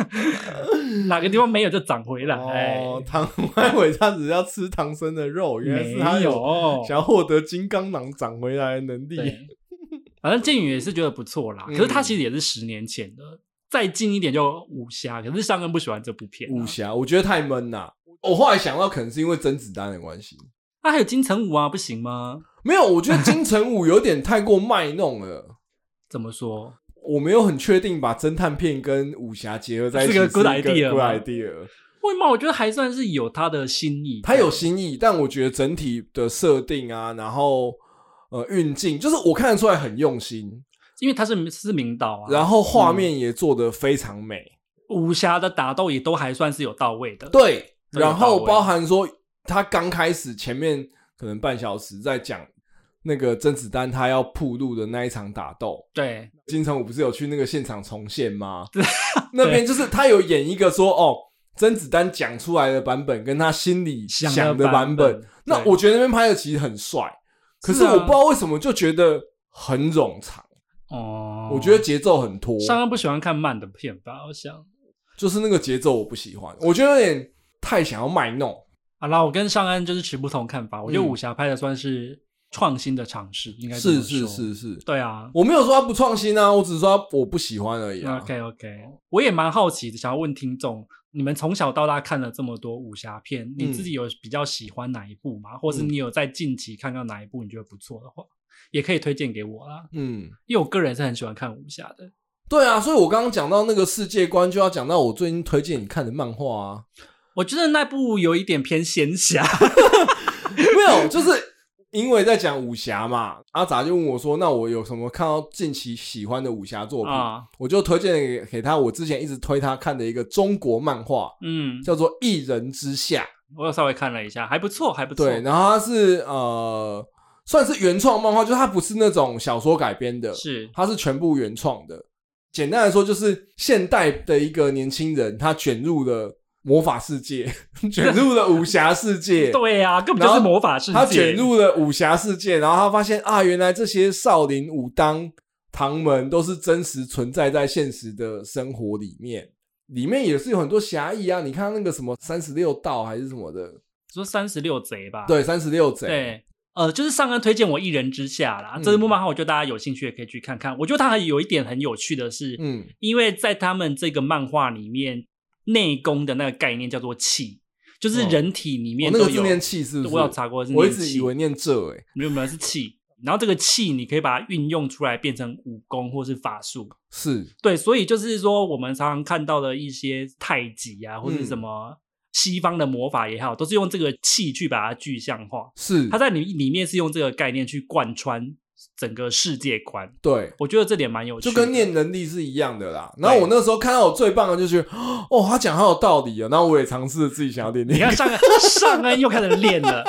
S1: 哪个地方没有就长回来。哎
S2: 哦，唐歪伟他只是要吃唐僧的 肉，原来
S1: 没
S2: 是他有
S1: 有，
S2: 想要获得金刚狼长回来的能力。
S1: 对，反正剑宇也是觉得不错啦。
S2: 嗯
S1: 可是他其实也是十年前的，再近一点就武侠。可是上恩不喜欢这部片、啊
S2: 武，侠我觉得太闷啦，我后来想到可能是因为甄子丹的关系，
S1: 那、还有金城武啊，不行吗？
S2: 没有，我觉得金城武有点太过卖弄了。
S1: 怎么说？
S2: 我没有很确定把侦探片跟武侠结合在一起
S1: 是个 good
S2: 一
S1: idea 吗
S2: good idea。
S1: 为嘛？我觉得还算是有他的心意。
S2: 它有新意，但我觉得整体的设定啊，然后呃运镜，就是我看得出来很用心，
S1: 因为他是是名导啊，
S2: 然后画面也做得非常美。
S1: 武侠的打斗也都还算是有到位的。
S2: 对，
S1: 这个
S2: 然
S1: 到
S2: 后
S1: 位
S2: 包含说他刚开始前面可能半小时在讲那个甄子丹他要铺路的那一场打斗，
S1: 对
S2: 金城武不是有去那个现场重 现吗？那边就是他有演一个说哦，甄子丹讲出来的版本跟他心里想
S1: 的
S2: 的
S1: 版
S2: 版本，那
S1: 对
S2: 我觉得那边拍的其实很帅，可是
S1: 是啊
S2: 我不知道为什么就觉得很冗长，
S1: 哦，
S2: 我觉得节奏很拖，
S1: 上岸不喜欢看慢的片吧？我想。
S2: 就是那个节奏我不喜欢，我觉得有点太想要卖弄。
S1: 好啊啦，我跟上岸就是持不同看法。我觉得
S2: 嗯
S1: 武侠拍的算是创新的尝试，应该这么
S2: 是是
S1: 说。
S2: 是是，
S1: 对啊。
S2: 我没有说他不创新啊，我只是说他我不喜欢而已啊。
S1: OK OK，我也蛮好奇的，想要问听众，你们从小到大看了这么多武侠片，你
S2: 嗯
S1: 自己有比较喜欢哪一部吗？或是你有在近期看到哪一部你觉得不错的话，也可以推荐给我啦。
S2: 嗯，
S1: 因为我个人是很喜欢看武侠的。
S2: 对啊，所以我刚刚讲到那个世界观，就要讲到我最近推荐你看的漫画 啊。
S1: 我觉得那部有一点偏仙侠，
S2: 没有，就是因为在讲武侠嘛，阿杂就问我说：“那我有什么看到近期喜欢的武侠作品？”
S1: 啊
S2: 我就推荐给给他，我之前一直推他看的一个中国漫画，
S1: 嗯，
S2: 叫做《一人之下
S1: 我有稍微看了一下，还不错，还不》。错。
S2: 对，然后它是呃，算是原创漫画，就是它不是那种小说改编的，
S1: 是
S2: 它是全部原创的。简单来说，就是现代的一个年轻人，他卷入了魔法世界， 卷入了武侠世 界，
S1: 对呀、根本就是魔法世界。
S2: 他卷入了武侠世界，然后他发现啊，原来这些少林、武当、唐门都是真实存在在现实的生活里面，里面也是有很多侠义啊。你看那个什么三十六道还是什么的，
S1: 说三十六贼吧？
S2: 对，三十六贼，
S1: 对，呃，就是上恩推荐我《一人之下》啦，
S2: 嗯
S1: 这部漫画我觉得大家有兴趣也可以去看看。我觉得它还有一点很有趣的是，
S2: 嗯，
S1: 因为在他们这个漫画里面，内功的那个概念叫做气，就是
S2: 哦
S1: 人体里
S2: 哦
S1: 面
S2: 那
S1: 都
S2: 个字
S1: 有。
S2: 念气是不是？
S1: 我有查过是念
S2: 我
S1: 气，
S2: 一直以为念这哎、
S1: 没有没有是气。然后这个气，你可以把它运用出来，变成武功或是法术。
S2: 是
S1: 对，所以就是说，我们常常看到的一些太极啊，或者
S2: 嗯
S1: 什么西方的魔法也好，都是用这个气去把它具象化。
S2: 是
S1: 它，在里里面是用这个概念去贯穿整个世界观，
S2: 对。
S1: 我觉得这点蛮有趣
S2: 就
S1: 的，
S2: 跟念能力是一样的啦。然后我那时候看到我最棒的就是， 哦，他讲好有道理啊。然后我也尝试自己想要练
S1: 你
S2: 练。
S1: 看上恩上恩又开始练了，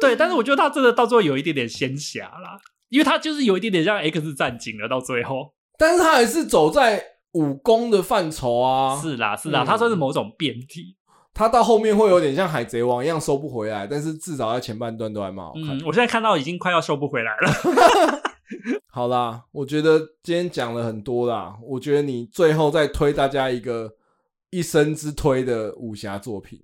S1: 对，但是我觉得他真的到最后有一点点仙侠啦，因为他就是有一点点像 X 战警了，到最后、
S2: 但是他还是走在武功的范畴啊。
S1: 是啦是啦，
S2: 嗯
S1: 他算是某种变体。
S2: 他到后面会有点像海贼王一样收不回来，但是至少在前半段都还蛮好看。
S1: 嗯，我现在看到已经快要收不回来了。
S2: 好啦，我觉得今天讲了很多啦，我觉得你最后再推大家一个一生之推的武侠作品，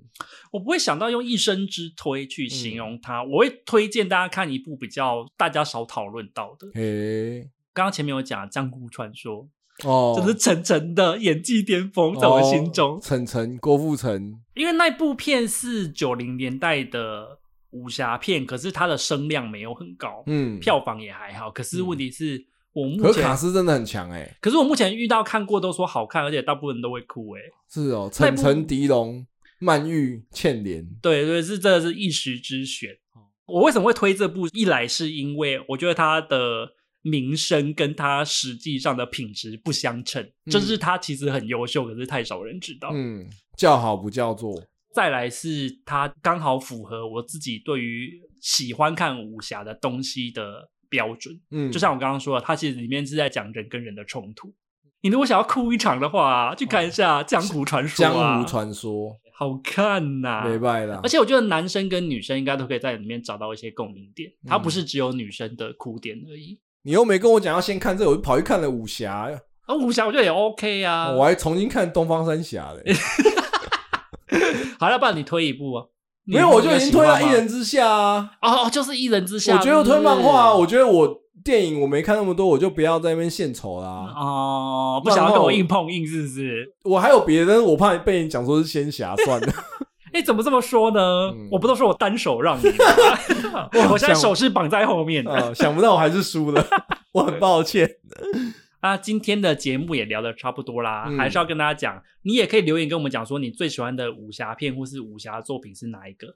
S1: 我不会想到用一生之推去形
S2: 嗯
S1: 容它，我会推荐大家看一部比较大家少讨论到的。
S2: 嘿，
S1: 刚刚前面有讲《江湖传说》，
S2: 哦，
S1: 就是陈晨的演技巅峰在我心中。
S2: 哦陈诚、郭富城，
S1: 因为那部片是九零年代的武侠片，可是它的声量没有很高，
S2: 嗯，，
S1: 票房也还好。可是问题是、我目
S2: 可是
S1: 前
S2: 卡斯真的很强哎、
S1: 可是我目前遇到看过都说好看，而且大部分人都会哭、欸。
S2: 是哦，
S1: 那
S2: 陈
S1: 部
S2: 诚、狄龙、曼玉、倩莲，
S1: 对对，是真的是一时之选。哦我为什么会推这部？一来是因为我觉得它的名声跟它实际上的品质不相称，
S2: 嗯
S1: 就是它其实很优秀，可是太少人知道。
S2: 嗯，叫好不叫座，
S1: 再来是它刚好符合我自己对于喜欢看武侠的东西的标准。
S2: 嗯，
S1: 就像我刚刚说的，它其实里面是在讲人跟人的冲突。你如果想要哭一场的话，去看一下《江湖传说、啊》，
S2: 江湖传说，
S1: 好看呐、
S2: 没败啦
S1: 而，且我觉得男生跟女生应该都可以在里面找到一些共鸣点，它
S2: 嗯
S1: 不是只有女生的哭点而已。
S2: 你又没跟我讲要先看这个，我就跑去看了武侠。
S1: 而武啊侠我觉得也 OK 啊。
S2: 哦我还重新看《东方三峡》 嘞，
S1: 好了，不然你推一部啊？你
S2: 没有，我就已经推了
S1: 你
S2: 《
S1: 有喜
S2: 一
S1: 欢
S2: 人
S1: 吗
S2: 之下》啊。
S1: 哦，哦就是一人之下。
S2: 我觉得推漫画啊，
S1: 是不是
S2: 我觉得我电影我没看那么多，我就不要在那边献丑啦。
S1: 哦，不
S2: 漫
S1: 想要
S2: 画
S1: 跟我
S2: 我
S1: 硬碰硬是不是？
S2: 我还有别的，但是我怕被你讲说是仙侠，算了。
S1: 哎、哎，怎么这么说呢？
S2: 嗯
S1: 我不都说我单手让你吗， 我现在手是绑在后面的
S2: 呃，想不到我还是输了， 我很抱歉。
S1: 啊。今天的节目也聊得差不多啦，
S2: 嗯
S1: 还是要跟大家讲，你也可以留言跟我们讲说你最喜欢的武侠片或是武侠作品是哪一个。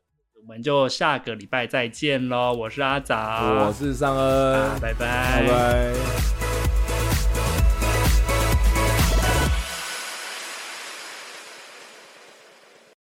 S1: 我们就下个礼拜再见喽！我是阿杂，
S2: 我是尚恩
S1: 啊，，拜拜
S2: 拜拜。